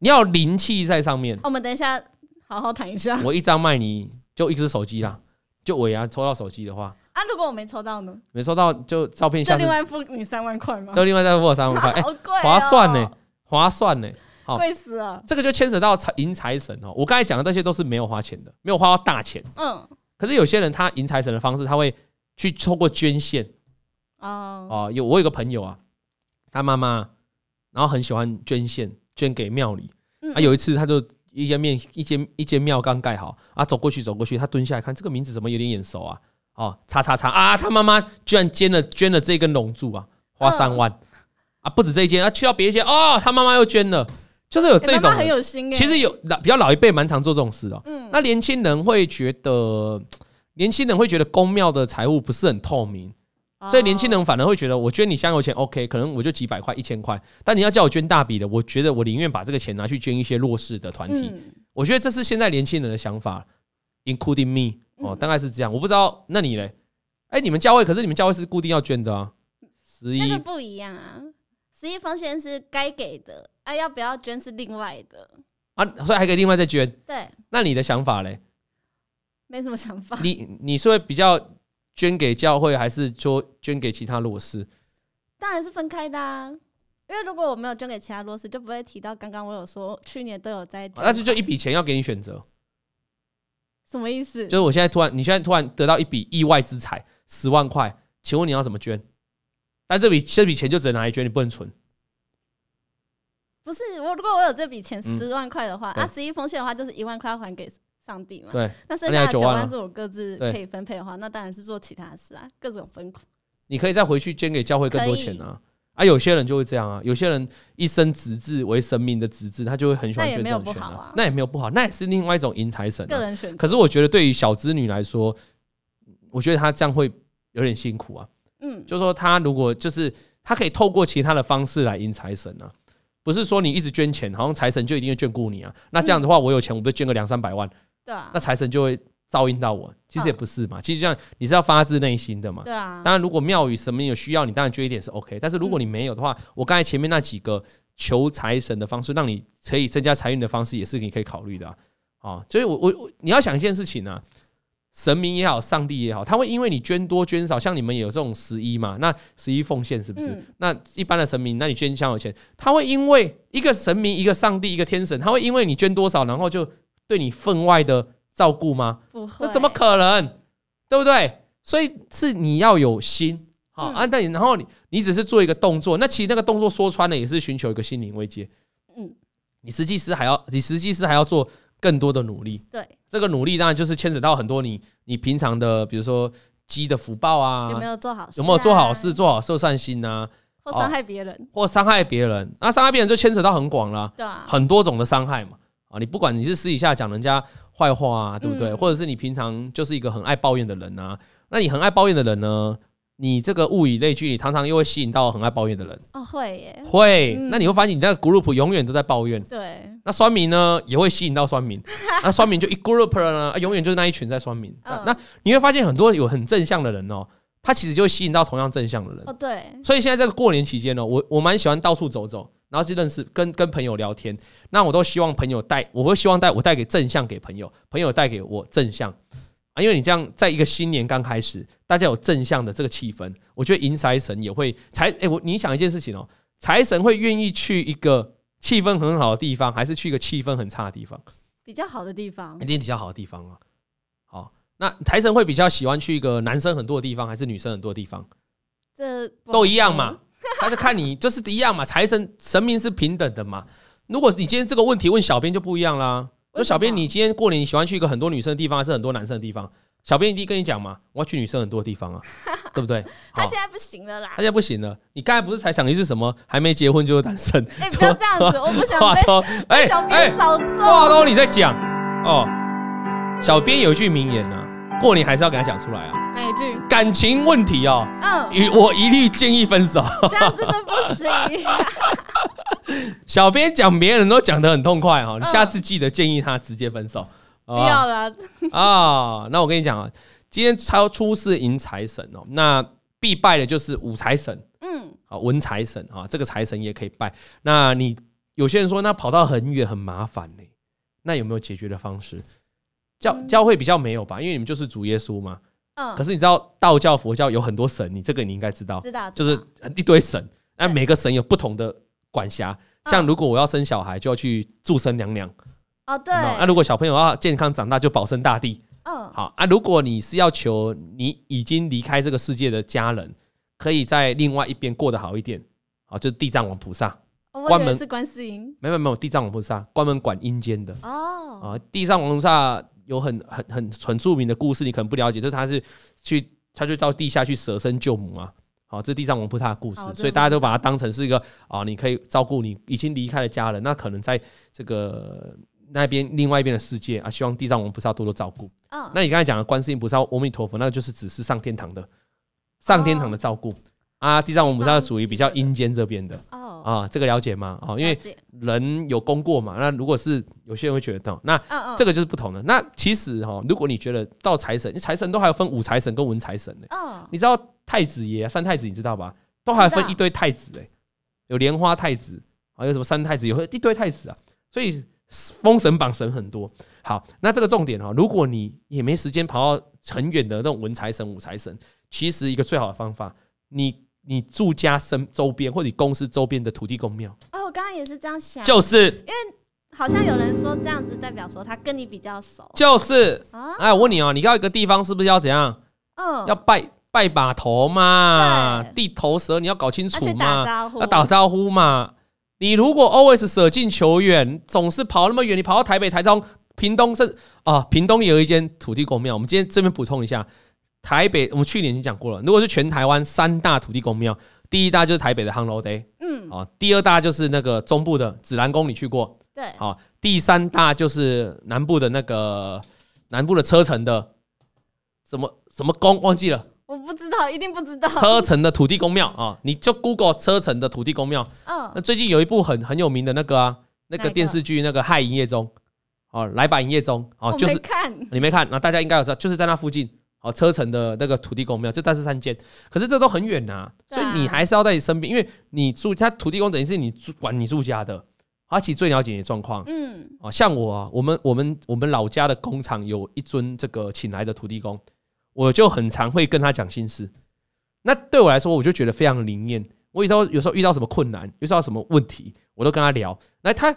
你要有灵气在上面。
我们等一下好好谈一下
我一张卖你就一只手机啦，就尾牙抽到手机的话，
啊！如果我没抽到呢，
没抽到就照片
就
下
另
次
外付你三万块吗？
就另外再付我三万块，哎、
好贵哦，
划算呢、哦划算呢、好
贵死了。
这个就牵扯到财迎财神哦。我刚才讲的这些都是没有花钱的，没有花到大钱。
嗯，
可是有些人他迎财神的方式，他会去透过捐献。
哦，
哦，有我有个朋友啊，他妈妈，然后很喜欢捐献，捐给庙里。
嗯
啊，有一次他就一间面一间一间庙刚盖好啊，走过去走过去，他蹲下来看这个名字怎么有点眼熟啊？哦，叉叉叉啊，他妈妈居然捐了捐了这根龙柱啊，花
嗯
三万、啊，不止这一间，啊，去到别一间哦，他妈妈又捐了，就是有这
欸妈
种
妈很
人
有心哎。
其实有老比较老一辈蛮常做这种事哦。
嗯，
那年轻人会觉得，年轻人会觉得公庙的财务不是很透明。所以年轻
哦
人反而会觉得，我捐你香油钱 OK，可能我就几百块、一千块，但你要叫我捐大笔的，我觉得我宁愿把这个钱拿去捐一些弱势的团体。
嗯
我觉得这是现在年轻人的想法，including me 哦，
嗯
大概是这样。我不知道，那你嘞？哎、你们教会可是你们教会是固定要捐的啊，十一
那个不一样啊，十一奉献是该给的啊，要不要捐是另外的。
啊，所以还可以另外再捐。
对，
那你的想法嘞？
没什么想法。
你你是会比较捐给教会，还是说捐给其他弱势？
当然是分开的啊，因为如果我没有捐给其他弱势，就不会提到刚刚我有说去年都有在捐
啊
款，
那就就一笔钱要给你选择。
什么意思？
就是我现在突然，你现在突然得到一笔意外之财，十万块，请问你要怎么捐？但这笔这笔钱就只能拿来捐，你不能存。
不是我，如果我有这笔钱
嗯
十万块的话，
对
那十一封信的话就是一万块要还给上帝嘛。
对，
那剩
那你还
下
有
九
9万啊
万是我各自
对
可以分配的话，那当然是做其他事啊，各种分款。
你可以再回去捐给教会更多钱啊。啊，有些人就会这样啊，有些人一生直至为神明的直至，他就会很喜欢
那也
捐这
没有
种钱
不好啊
那也没有不好，那也是另外一种迎财神、啊。
个人选择，
可是我觉得对于小资女来说，我觉得她这样会有点辛苦啊。
嗯，
就是说，她如果就是她可以透过其他的方式来迎财神啊，不是说你一直捐钱，好像财神就一定会眷顾你啊。那这样的话，我有钱，我不就捐个两三百万，
对啊
那，财神就会照应到我。其实也不是嘛，其实这样你是要发自内心的嘛。
对啊，
当然，如果庙宇神明有需要，你当然捐一点是 OK。但是如果你没有的话，我刚才前面那几个求财神的方式，让你可以增加财运的方式，也是你可以考虑的啊。啊所以我我我，你要想一件事情啊，神明也好，上帝也好，他会因为你捐多捐少，像你们有这种十一嘛，那十一奉献是不是？
嗯
那一般的神明，那你捐香有钱，他会因为一个神明、一个上帝、一个天神，他会因为你捐多少，然后就对你分外的照顾吗？
不会，
这怎么可能？对不对？所以是你要有心好
嗯
啊，那你然后你你只是做一个动作，那其实那个动作说穿了也是寻求一个心灵慰藉。
嗯，
你实际是还要，你实际是还要做更多的努力。
对，
这个努力当然就是牵扯到很多你你平常的，比如说积的福报啊，
有没有做好事啊？
有没有做好事、做好受善心啊，
或伤害别人？
或伤害别人？那伤害别人就牵扯到很广啦、
对啊，
很多种的伤害嘛。啊，你不管你是私底下讲人家坏话啊，对不对？
嗯
或者是你平常就是一个很爱抱怨的人啊，那你很爱抱怨的人呢，你这个物以类聚，你常常又会吸引到很爱抱怨的人，
哦，会耶，
会。
嗯
那你会发现你那个 group 永远都在抱怨，
对，
那酸民呢也会吸引到酸 民，那酸民就一 group 了呢，啊永远就是那一群在酸民。
嗯
那你会发现很多有很正向的人哦，他其实就会吸引到同样正向的人
哦，。对，
所以现在这个过年期间呢，哦我我蛮喜欢到处走走，然后去认识跟跟朋友聊天。那我都希望朋友带，我会希望带我带给正向给朋友，朋友带给我正向啊，因为你这样在一个新年刚开始，大家有正向的这个气氛，我觉得迎财神也会财哎、我你想一件事情哦，财神会愿意去一个气氛很好的地方，还是去一个气氛很差的地方？
比较好的地方
一，定比较好的地方啊。好，那财神会比较喜欢去一个男生很多的地方，还是女生很多的地方？
这
都一样嘛，他就看你就是一样嘛，财神神明是平等的嘛。如果你今天这个问题问小编就不一样啦，说
为什么
小编你今天过年你喜欢去一个很多女生的地方，还是很多男生的地方？小编一定跟你讲嘛，我要去女生很多的地 方啊，对不对？好
他，啊现在不行了啦
他现。在不行了。你刚才不是才讲一句什么还没结婚就是单 身？
哎，不要这样子，我不想
话
被
都 哎
被小
哎
编，扫
话
中。
都你在讲哦。小编有一句名言啊，过年还是要给他讲出来啊。
哪一句？
感情问题哦，
嗯，
与我一律建议分手。
这样真的 不行。
小编讲别人都讲得很痛快哈、哦，你
嗯
下次记得建议他直接分手，
不
好不好
要啦，
啊！那我跟你讲啊，今天超初四迎财神哦，那必拜的就是武财神
嗯，
啊、文财神啊，这个财神也可以拜。那你有些人说，那跑到很远很麻烦呢、那有没有解决的方式？教
嗯
教会比较没有吧，因为你们就是主耶稣嘛。
嗯
可，是你知道道教、佛教有很多神，你这个你应该知道。
知道，
就
知
是
道
一堆神，那
对
每个神有不同的管辖。
嗯
像如果我要生小孩，就要去祝生娘娘；
哦，对，
有没有那如果小朋友要健康长大，就保生大帝。
嗯，
嗯啊好啊，如果你是要求你已经离开这个世界的家人，可以在另外一边过得好一点，好，就是地藏王菩萨。
哦
关
我以为
门
是观世音
没有没有，地藏王菩萨关门管阴间的
哦，
啊。地藏王菩萨有很很很很著名的故事，你可能不了解，就是他是去他就到地下去舍身救母啊。好，这是地藏王菩萨的故事
好，这
所以大家都把它当成是一个啊，你可以照顾你已经离开的家人，那可能在这个那边另外一边的世界啊，希望地藏王菩萨多多照顾。
嗯，
那你刚才讲的观世音菩萨、阿弥陀佛，那个就是只是上天堂的，上天堂的照顾、啊，地藏王菩萨属于比较阴间这边的
哦，
啊，这个了解吗？啊，因
了
为
解
人有功过嘛，那如果是有些人会觉得，哦那
嗯嗯，
这
个
个就是不同的。那其实哈、如果你觉得到财神，财神都还有分武财神跟文财神呢、
嗯
你知道太子爷、啊三太子，你知道吧？都还分一堆太子哎、有莲花太子，还有什么三太子，有一堆太子啊。所以封神榜神很多。好，那这个重点哈、如果你也没时间跑到很远的那种文财神、武财神，其实一个最好的方法，你你住家身周边或者你公司周边的土地公庙，
哦，我刚刚也是这样想，
就是
好像有人说这样子代表说他跟你比较熟
就是。
啊，
哦哎，我问你哦，你要一个地方是不是要怎样？
嗯，
要拜拜把头嘛，
对
地头蛇你要搞清
要
楚
去
嘛，
打招呼，
要打招呼嘛。你如果 always 舍近求远，总是跑那么远，你跑到台北、台中、屏东甚啊，屏东也有一间土地公庙。我们今天这边补充一下，台北我们去年已经讲过了，如果是全台湾三大土地公庙，第一大就是台北的 h a n g l o Day
嗯，
啊，第二大就是那个中部的紫兰宫，你去过？
对，
好，第三大就是南部的那个南部的车城的什么什么宫忘记了，
我不知道，一定不知道，
车城的土地公庙啊，你就 Google 车城的土地公庙。
嗯
那，最近有一部很很有名的那个啊，那
哪
个
一个
电视剧那个《嗨营业中》哦，来吧营业中哦，
我
就
没
是
看，
你没看，那大家应该有知道，就是在那附近哦，车城的那个土地公庙，这但是三间，可是这都很远呐、
对
所
啊
以你还是要在你身边，因为你住他土地公等于是你住管你住家的，他其实最了解你的状况。
嗯，
哦，像我、啊，我们我们我们老家的工厂有一尊这个请来的土地公，我就很常会跟他讲心事。那对我来说，我就觉得非常灵验。我有时候有时候遇到什么困难，遇到什么问题，我都跟他聊。来，他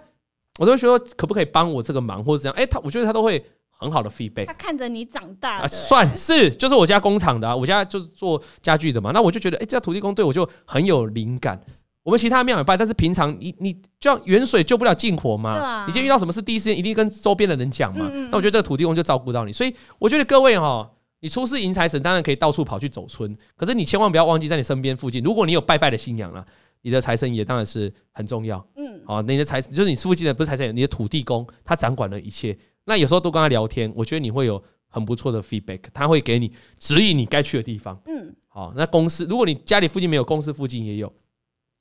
我都会说可不可以帮我这个忙，或者怎样？哎、他我觉得他都会很好的 feedback
他。看着你长大
啊，
的，
算是就是我家工厂的、啊，我家就是做家具的嘛。那我就觉得，哎、这家土地公对我就很有灵感。我们其他庙也拜，但是平常你你就像远水救不了近火嘛，
对啊
你今天遇到什么事，第一时间一定跟周边的人讲嘛。
嗯嗯嗯
那我觉得这个土地公就照顾到你，所以我觉得各位哈，你出事迎财神，当然可以到处跑去走村，可是你千万不要忘记在你身边附近，如果你有拜拜的信仰啦、你的财神爷当然是很重要。
嗯，
哦，你的财就是你附近的不是财神爷，你的土地公，他掌管了一切。那有时候多跟他聊天，我觉得你会有很不错的 feedback，他会给你指引你该去的地方。
嗯，
好、那公司如果你家里附近没有，公司附近也有。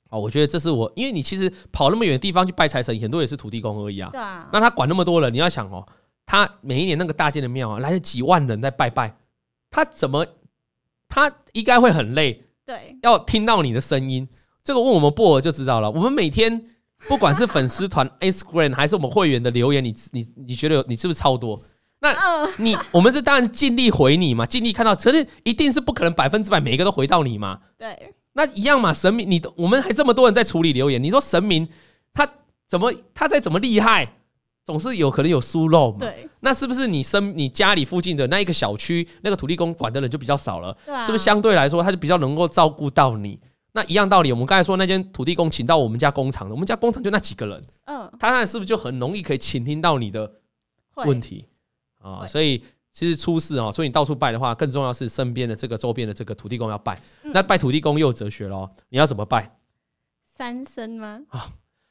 哦，我觉得这是我，因为你其实跑那么远的地方去拜财神，很多也是土地公而已啊。
对啊，
那他管那么多人，你要想哦，他每一年那个大建的庙啊，来了几万人在拜拜，他怎么他应该会很累，
对，
要听到你的声音。这个问我们薄荷就知道了。我们每天不管是粉丝团、Instagram 还是我们会员的留言，你你你觉得有你是不是超多？那
嗯，
你我们是当然尽力回你嘛，尽力看到，可是一定是不可能百分之百每一个都回到你嘛。
对，
那一样嘛，神明你我们还这么多人在处理留言，你说神明他怎么他再怎么厉害，总是有可能有疏漏嘛。
对，
那是不是你身你家里附近的那一个小区那个土地公管的人就比较少了？
对啊，
是不是相对来说，他就比较能够照顾到你？那一样道理，我们刚才说那间土地公请到我们家工厂的，我们家工厂就那几个人，
嗯，
他那是不是就很容易可以倾听到你的
会
问题啊？
会
所以其实出事啊，所以你到处拜的话，更重要是身边的这个周边的这个土地公要拜。
嗯
那拜土地公又有哲学咯，你要怎么拜？
三声吗？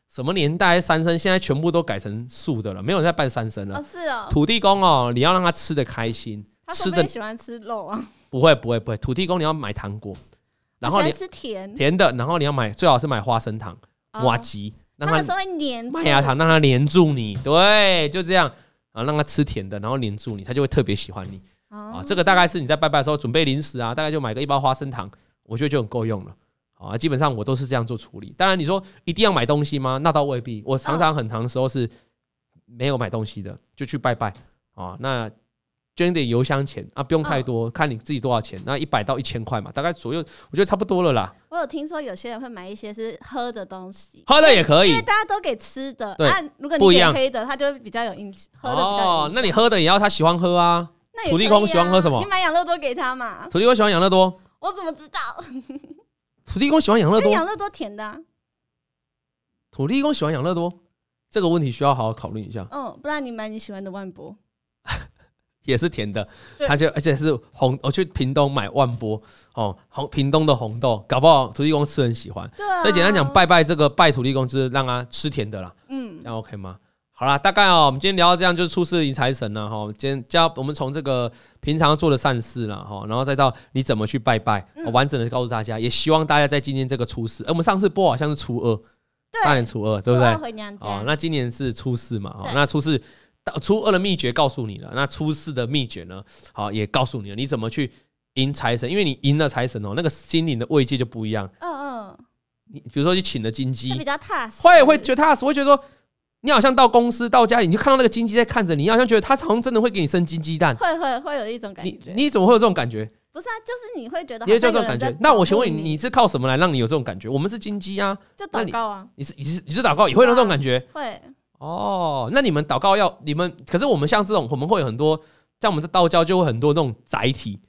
什么年代三生，现在全部都改成素的了，没有人在拜三生了。
哦，是哦，
土地公哦，你要让他吃的开心，
他
吃
说不
的
定喜欢吃肉啊，
不会不会不会，土地公你要买糖果， 然后
喜
你
欢吃甜，
甜的，然后你要买最好是买花生糖、
哦
哇吉，让
它有时
它
候会粘住
麦芽，糖让它黏住你，对，就这样啊，让它吃甜的，然后黏住你，它就会特别喜欢你啊
哦。，
这个大概是你在拜拜的时候准备零食啊，大概就买个一包花生糖，我觉得就很够用了。啊，基本上我都是这样做处理。当然，你说一定要买东西吗？那倒未必。我常常很长时候是没有买东西的，就去拜拜啊。那捐点邮箱钱啊，不用太
哦
多，看你自己多少钱。那一百到一千块嘛，大概左右，我觉得差不多了啦。
我有听说有些人会买一些是喝的东西，
喝的也可以，
因为大家都给吃的，
对
啊，如果
不
你
一
给
样哦
黑的，他就会比较有印象，喝的比较有印象
那你喝的也要他喜欢喝啊。
那也
土地
可以
公喜欢
啊
喝什么
你买养乐多给他嘛？
土地公喜欢养乐多，
我怎么知道？
土地公喜欢养乐
因为
多，
养乐多甜的啊，
土地公喜欢养乐多，这个问题需要好好考虑一下。
嗯，不然你买你喜欢的万博，
也是甜的，
对
他就而且是红，我去屏东买万波哦，红屏东的红豆，搞不好土地公吃很喜欢。
对啊。
所以简单讲，，拜拜这个拜土地公就是让他吃甜的啦，
嗯
这，样 OK 吗？好啦，大概哦，我们今天聊到这样，就是出世迎财神了哈。今天教我们从这个平常做的善事了哈，然后再到你怎么去拜拜，
嗯
哦完整的告诉大家，也希望大家在今天这个初四，哎、我们上次播好像是初二，
对
大年初二，对不
初二
对？
回娘家，
哦，那今年是初四嘛，哦
对，
那初四到初二的秘诀告诉你了，那初四的秘诀呢，好、也告诉你了，你怎么去迎财神，因为你赢了财神哦，那个心灵的慰藉就不一样。
嗯嗯，
你比如说你请了金鸡
这，比较踏实，
会会觉得踏实，会觉得说。你好像到公司到家里，你就看到那个金鸡在看着你，你好像觉得他好像真的会给你生金鸡蛋。
会会会有一种感
你
觉，
你怎么会有这种感觉？
不是啊，就是你会觉
你
得好
会有这
像
种
有
感
人在
觉？那我请问
保
你，
护
你是靠什么来让你有这种感觉？我们是金鸡啊，
就
那你
祷告啊，
你是你是你是祷告也会有这种感觉。
会
哦，那你们祷告要你们，可是我们像这种，我们会有很多，像我们的道教就会很多那种载体，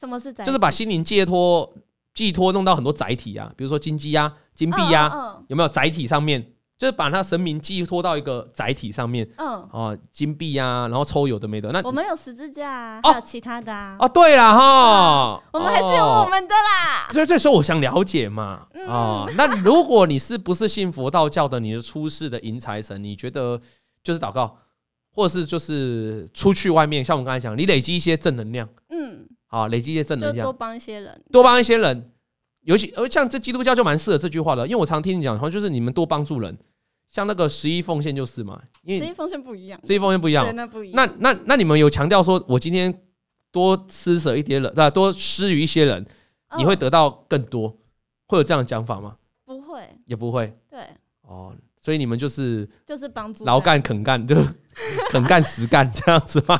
什么是宅？
就是把心灵寄托寄托弄到很多载体啊，比如说金鸡呀、金币呀、
嗯
有没有载体上面？就是把它神明寄托到一个载体上面
嗯嗯，
啊，金币呀、然后抽有的没的。那
我们有十字架啊，
哦
还有其他的啊，
哦，对了哈，哦
我们还是有我们的啦。
所以这时候我想了解嘛，啊、
嗯
那如果你是不是信佛道教的，你是出世的迎财神，你觉得就是祷告，或是就是出去外面，像我们刚才讲，你累积一些正能量，
嗯，
啊，累积一些正
就
能量
多，帮一些人。
多帮一些人，尤其呃，像这基督教就蛮适合这句话的，因为我常听你讲，好像就是你们多帮助人，像那个十一奉献就是嘛，因
实
为
际风险不一样，
十一奉献不一样
对，，那不一
那
样。
那那你们有强调说我今天多施舍一些人，啊，多施于一些人，
那
你会得到更多，会有这样的讲法吗？
嗯不会？
也不会
对，
哦，所以你们就是
就是帮助
劳
这样。
干肯干，就 肯干实干 这样子吗？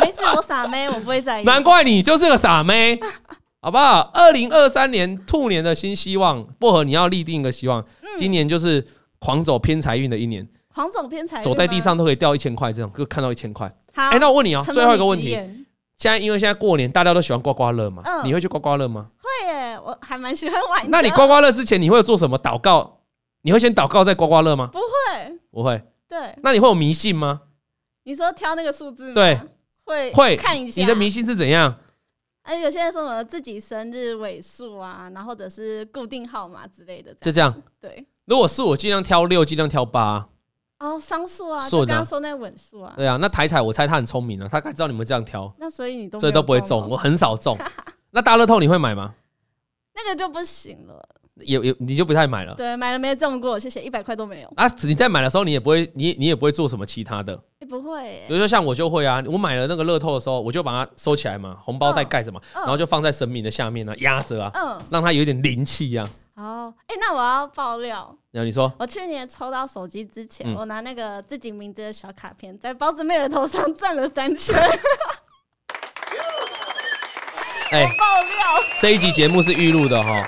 没事，我傻妹，我不会在意。
难怪你就是个傻妹， 好不好？二零二三年兔年的新希望，薄荷你要立定一个希望，今年就是狂走偏嗯财运的一年，
狂走偏财，
走在地。上都可以掉一千块，这种就看到一千块。
好，
哎、那我问你哦、
承蒙
最后一个
你
问
吉
题，
言
现在因为现在过年大家都喜欢刮刮乐嘛，
嗯哎
你会去刮刮乐吗？
会耶，我还蛮喜欢玩的。
那你刮刮乐之前你会做什么祷告？你会先祷告再刮刮乐吗？
不会？
不会。
对，
那你会有迷信吗？
你说挑那个数字吗
对，
会
会
看一下
你的迷信是怎样？
哎，有些人说什么自己生日尾数啊，然后或者是固定号码之类的，
就
这样
这样。
对。
如果是我，尽量挑六，尽量挑八、
哦，商数啊，
顺
就
啊
刚刚说那稳数啊，
对啊，那台彩我猜他很聪明啊，他该知道你们这样挑，
那所以你都
所以都不会
没有
中。
哦
我很少中。那大乐透你会买吗？
那个就不行了。
也也你就不太买了。
对，买了没中过，谢谢，一百块都没有。
啊，你在买的时候，你也不会，你你也不会做什么其他的，
哎不会
比
耶，
如说像我就会啊，我买了那个乐透的时候，我就把它收起来嘛，红包袋盖着嘛，
嗯
然后就放在神明的下面呢、啊，压着啊，
嗯，
让它有一点灵气呀、啊。
哦，哎，那我要爆料，
然后你说
我去年抽到手机之前，
嗯
我拿那个自己名字的小卡片在包子妹的头上转了三圈，
哎
爆料。
这一集节目是预录的哈，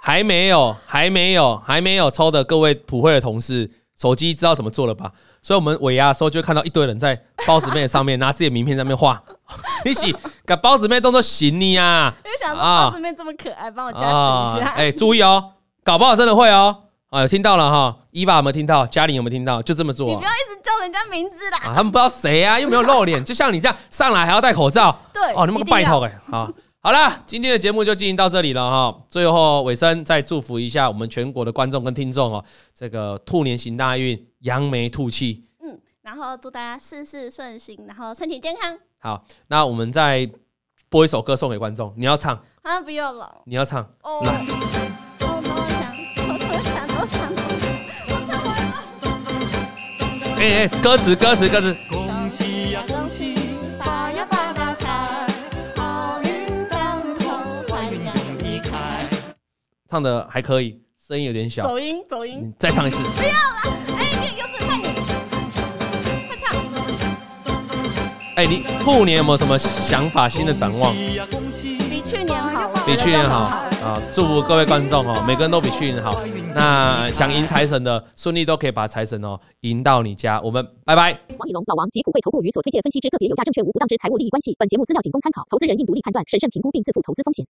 还没有，还没有，还没有抽的各位普惠的同事，手机知道怎么做了吧？所以我们尾牙的时候就看到一堆人在包子妹上面拿自己的名片在那边画， 一起给包子妹当做行李啊
因为想说
啊
包子妹这么可爱，哦帮我加
啊
持一！下。
哎，注意哦，搞不好真的会哦。啊，有听到了哈，伊娃有没有听到？嘉玲有没有听到？就这么
你
做
不要一直叫人家名字啦。
啊！他们不知道谁啊，又没有露 脸，就像你这样上来还要戴口罩，
对，
哦，你们
一
个
定
拜
要
托哎，好，好啦，今天的节目就进行到这里了哈。最后尾声再祝福一下我们全国的观众跟听众哦，这个兔年行大运，扬眉吐气。
嗯，然后祝大家事事顺心，然后身体健康。
好，那我们再播一首歌送给观众，你要唱，
啊，不要了。
你要唱，
哦，
来
我多想，我多想，我想，我想，
哎、哎、歌词歌词歌词，
恭喜呀恭喜，发呀发大财，好运当头，坏运一开。
唱的还可以，声音有点小，
走音，走音。
你再唱一次。
不要啦！哎，你有志，快你，快唱！
哎、你兔年有没有什么想法、新的展望？
喜呀恭喜，
比去年好，我觉得
比去年好
这样很
啊！祝福各位观众哦，每个人都比去年好。那想迎财神的，顺利都可以把财神哦迎到你家。我们拜拜。
王以龙、老王及普惠投顾与所推荐分析之个别有价证券无不当之财务利益关系。本节目资料仅供参考，投资人应独立判断、审慎评估并自负投资风险。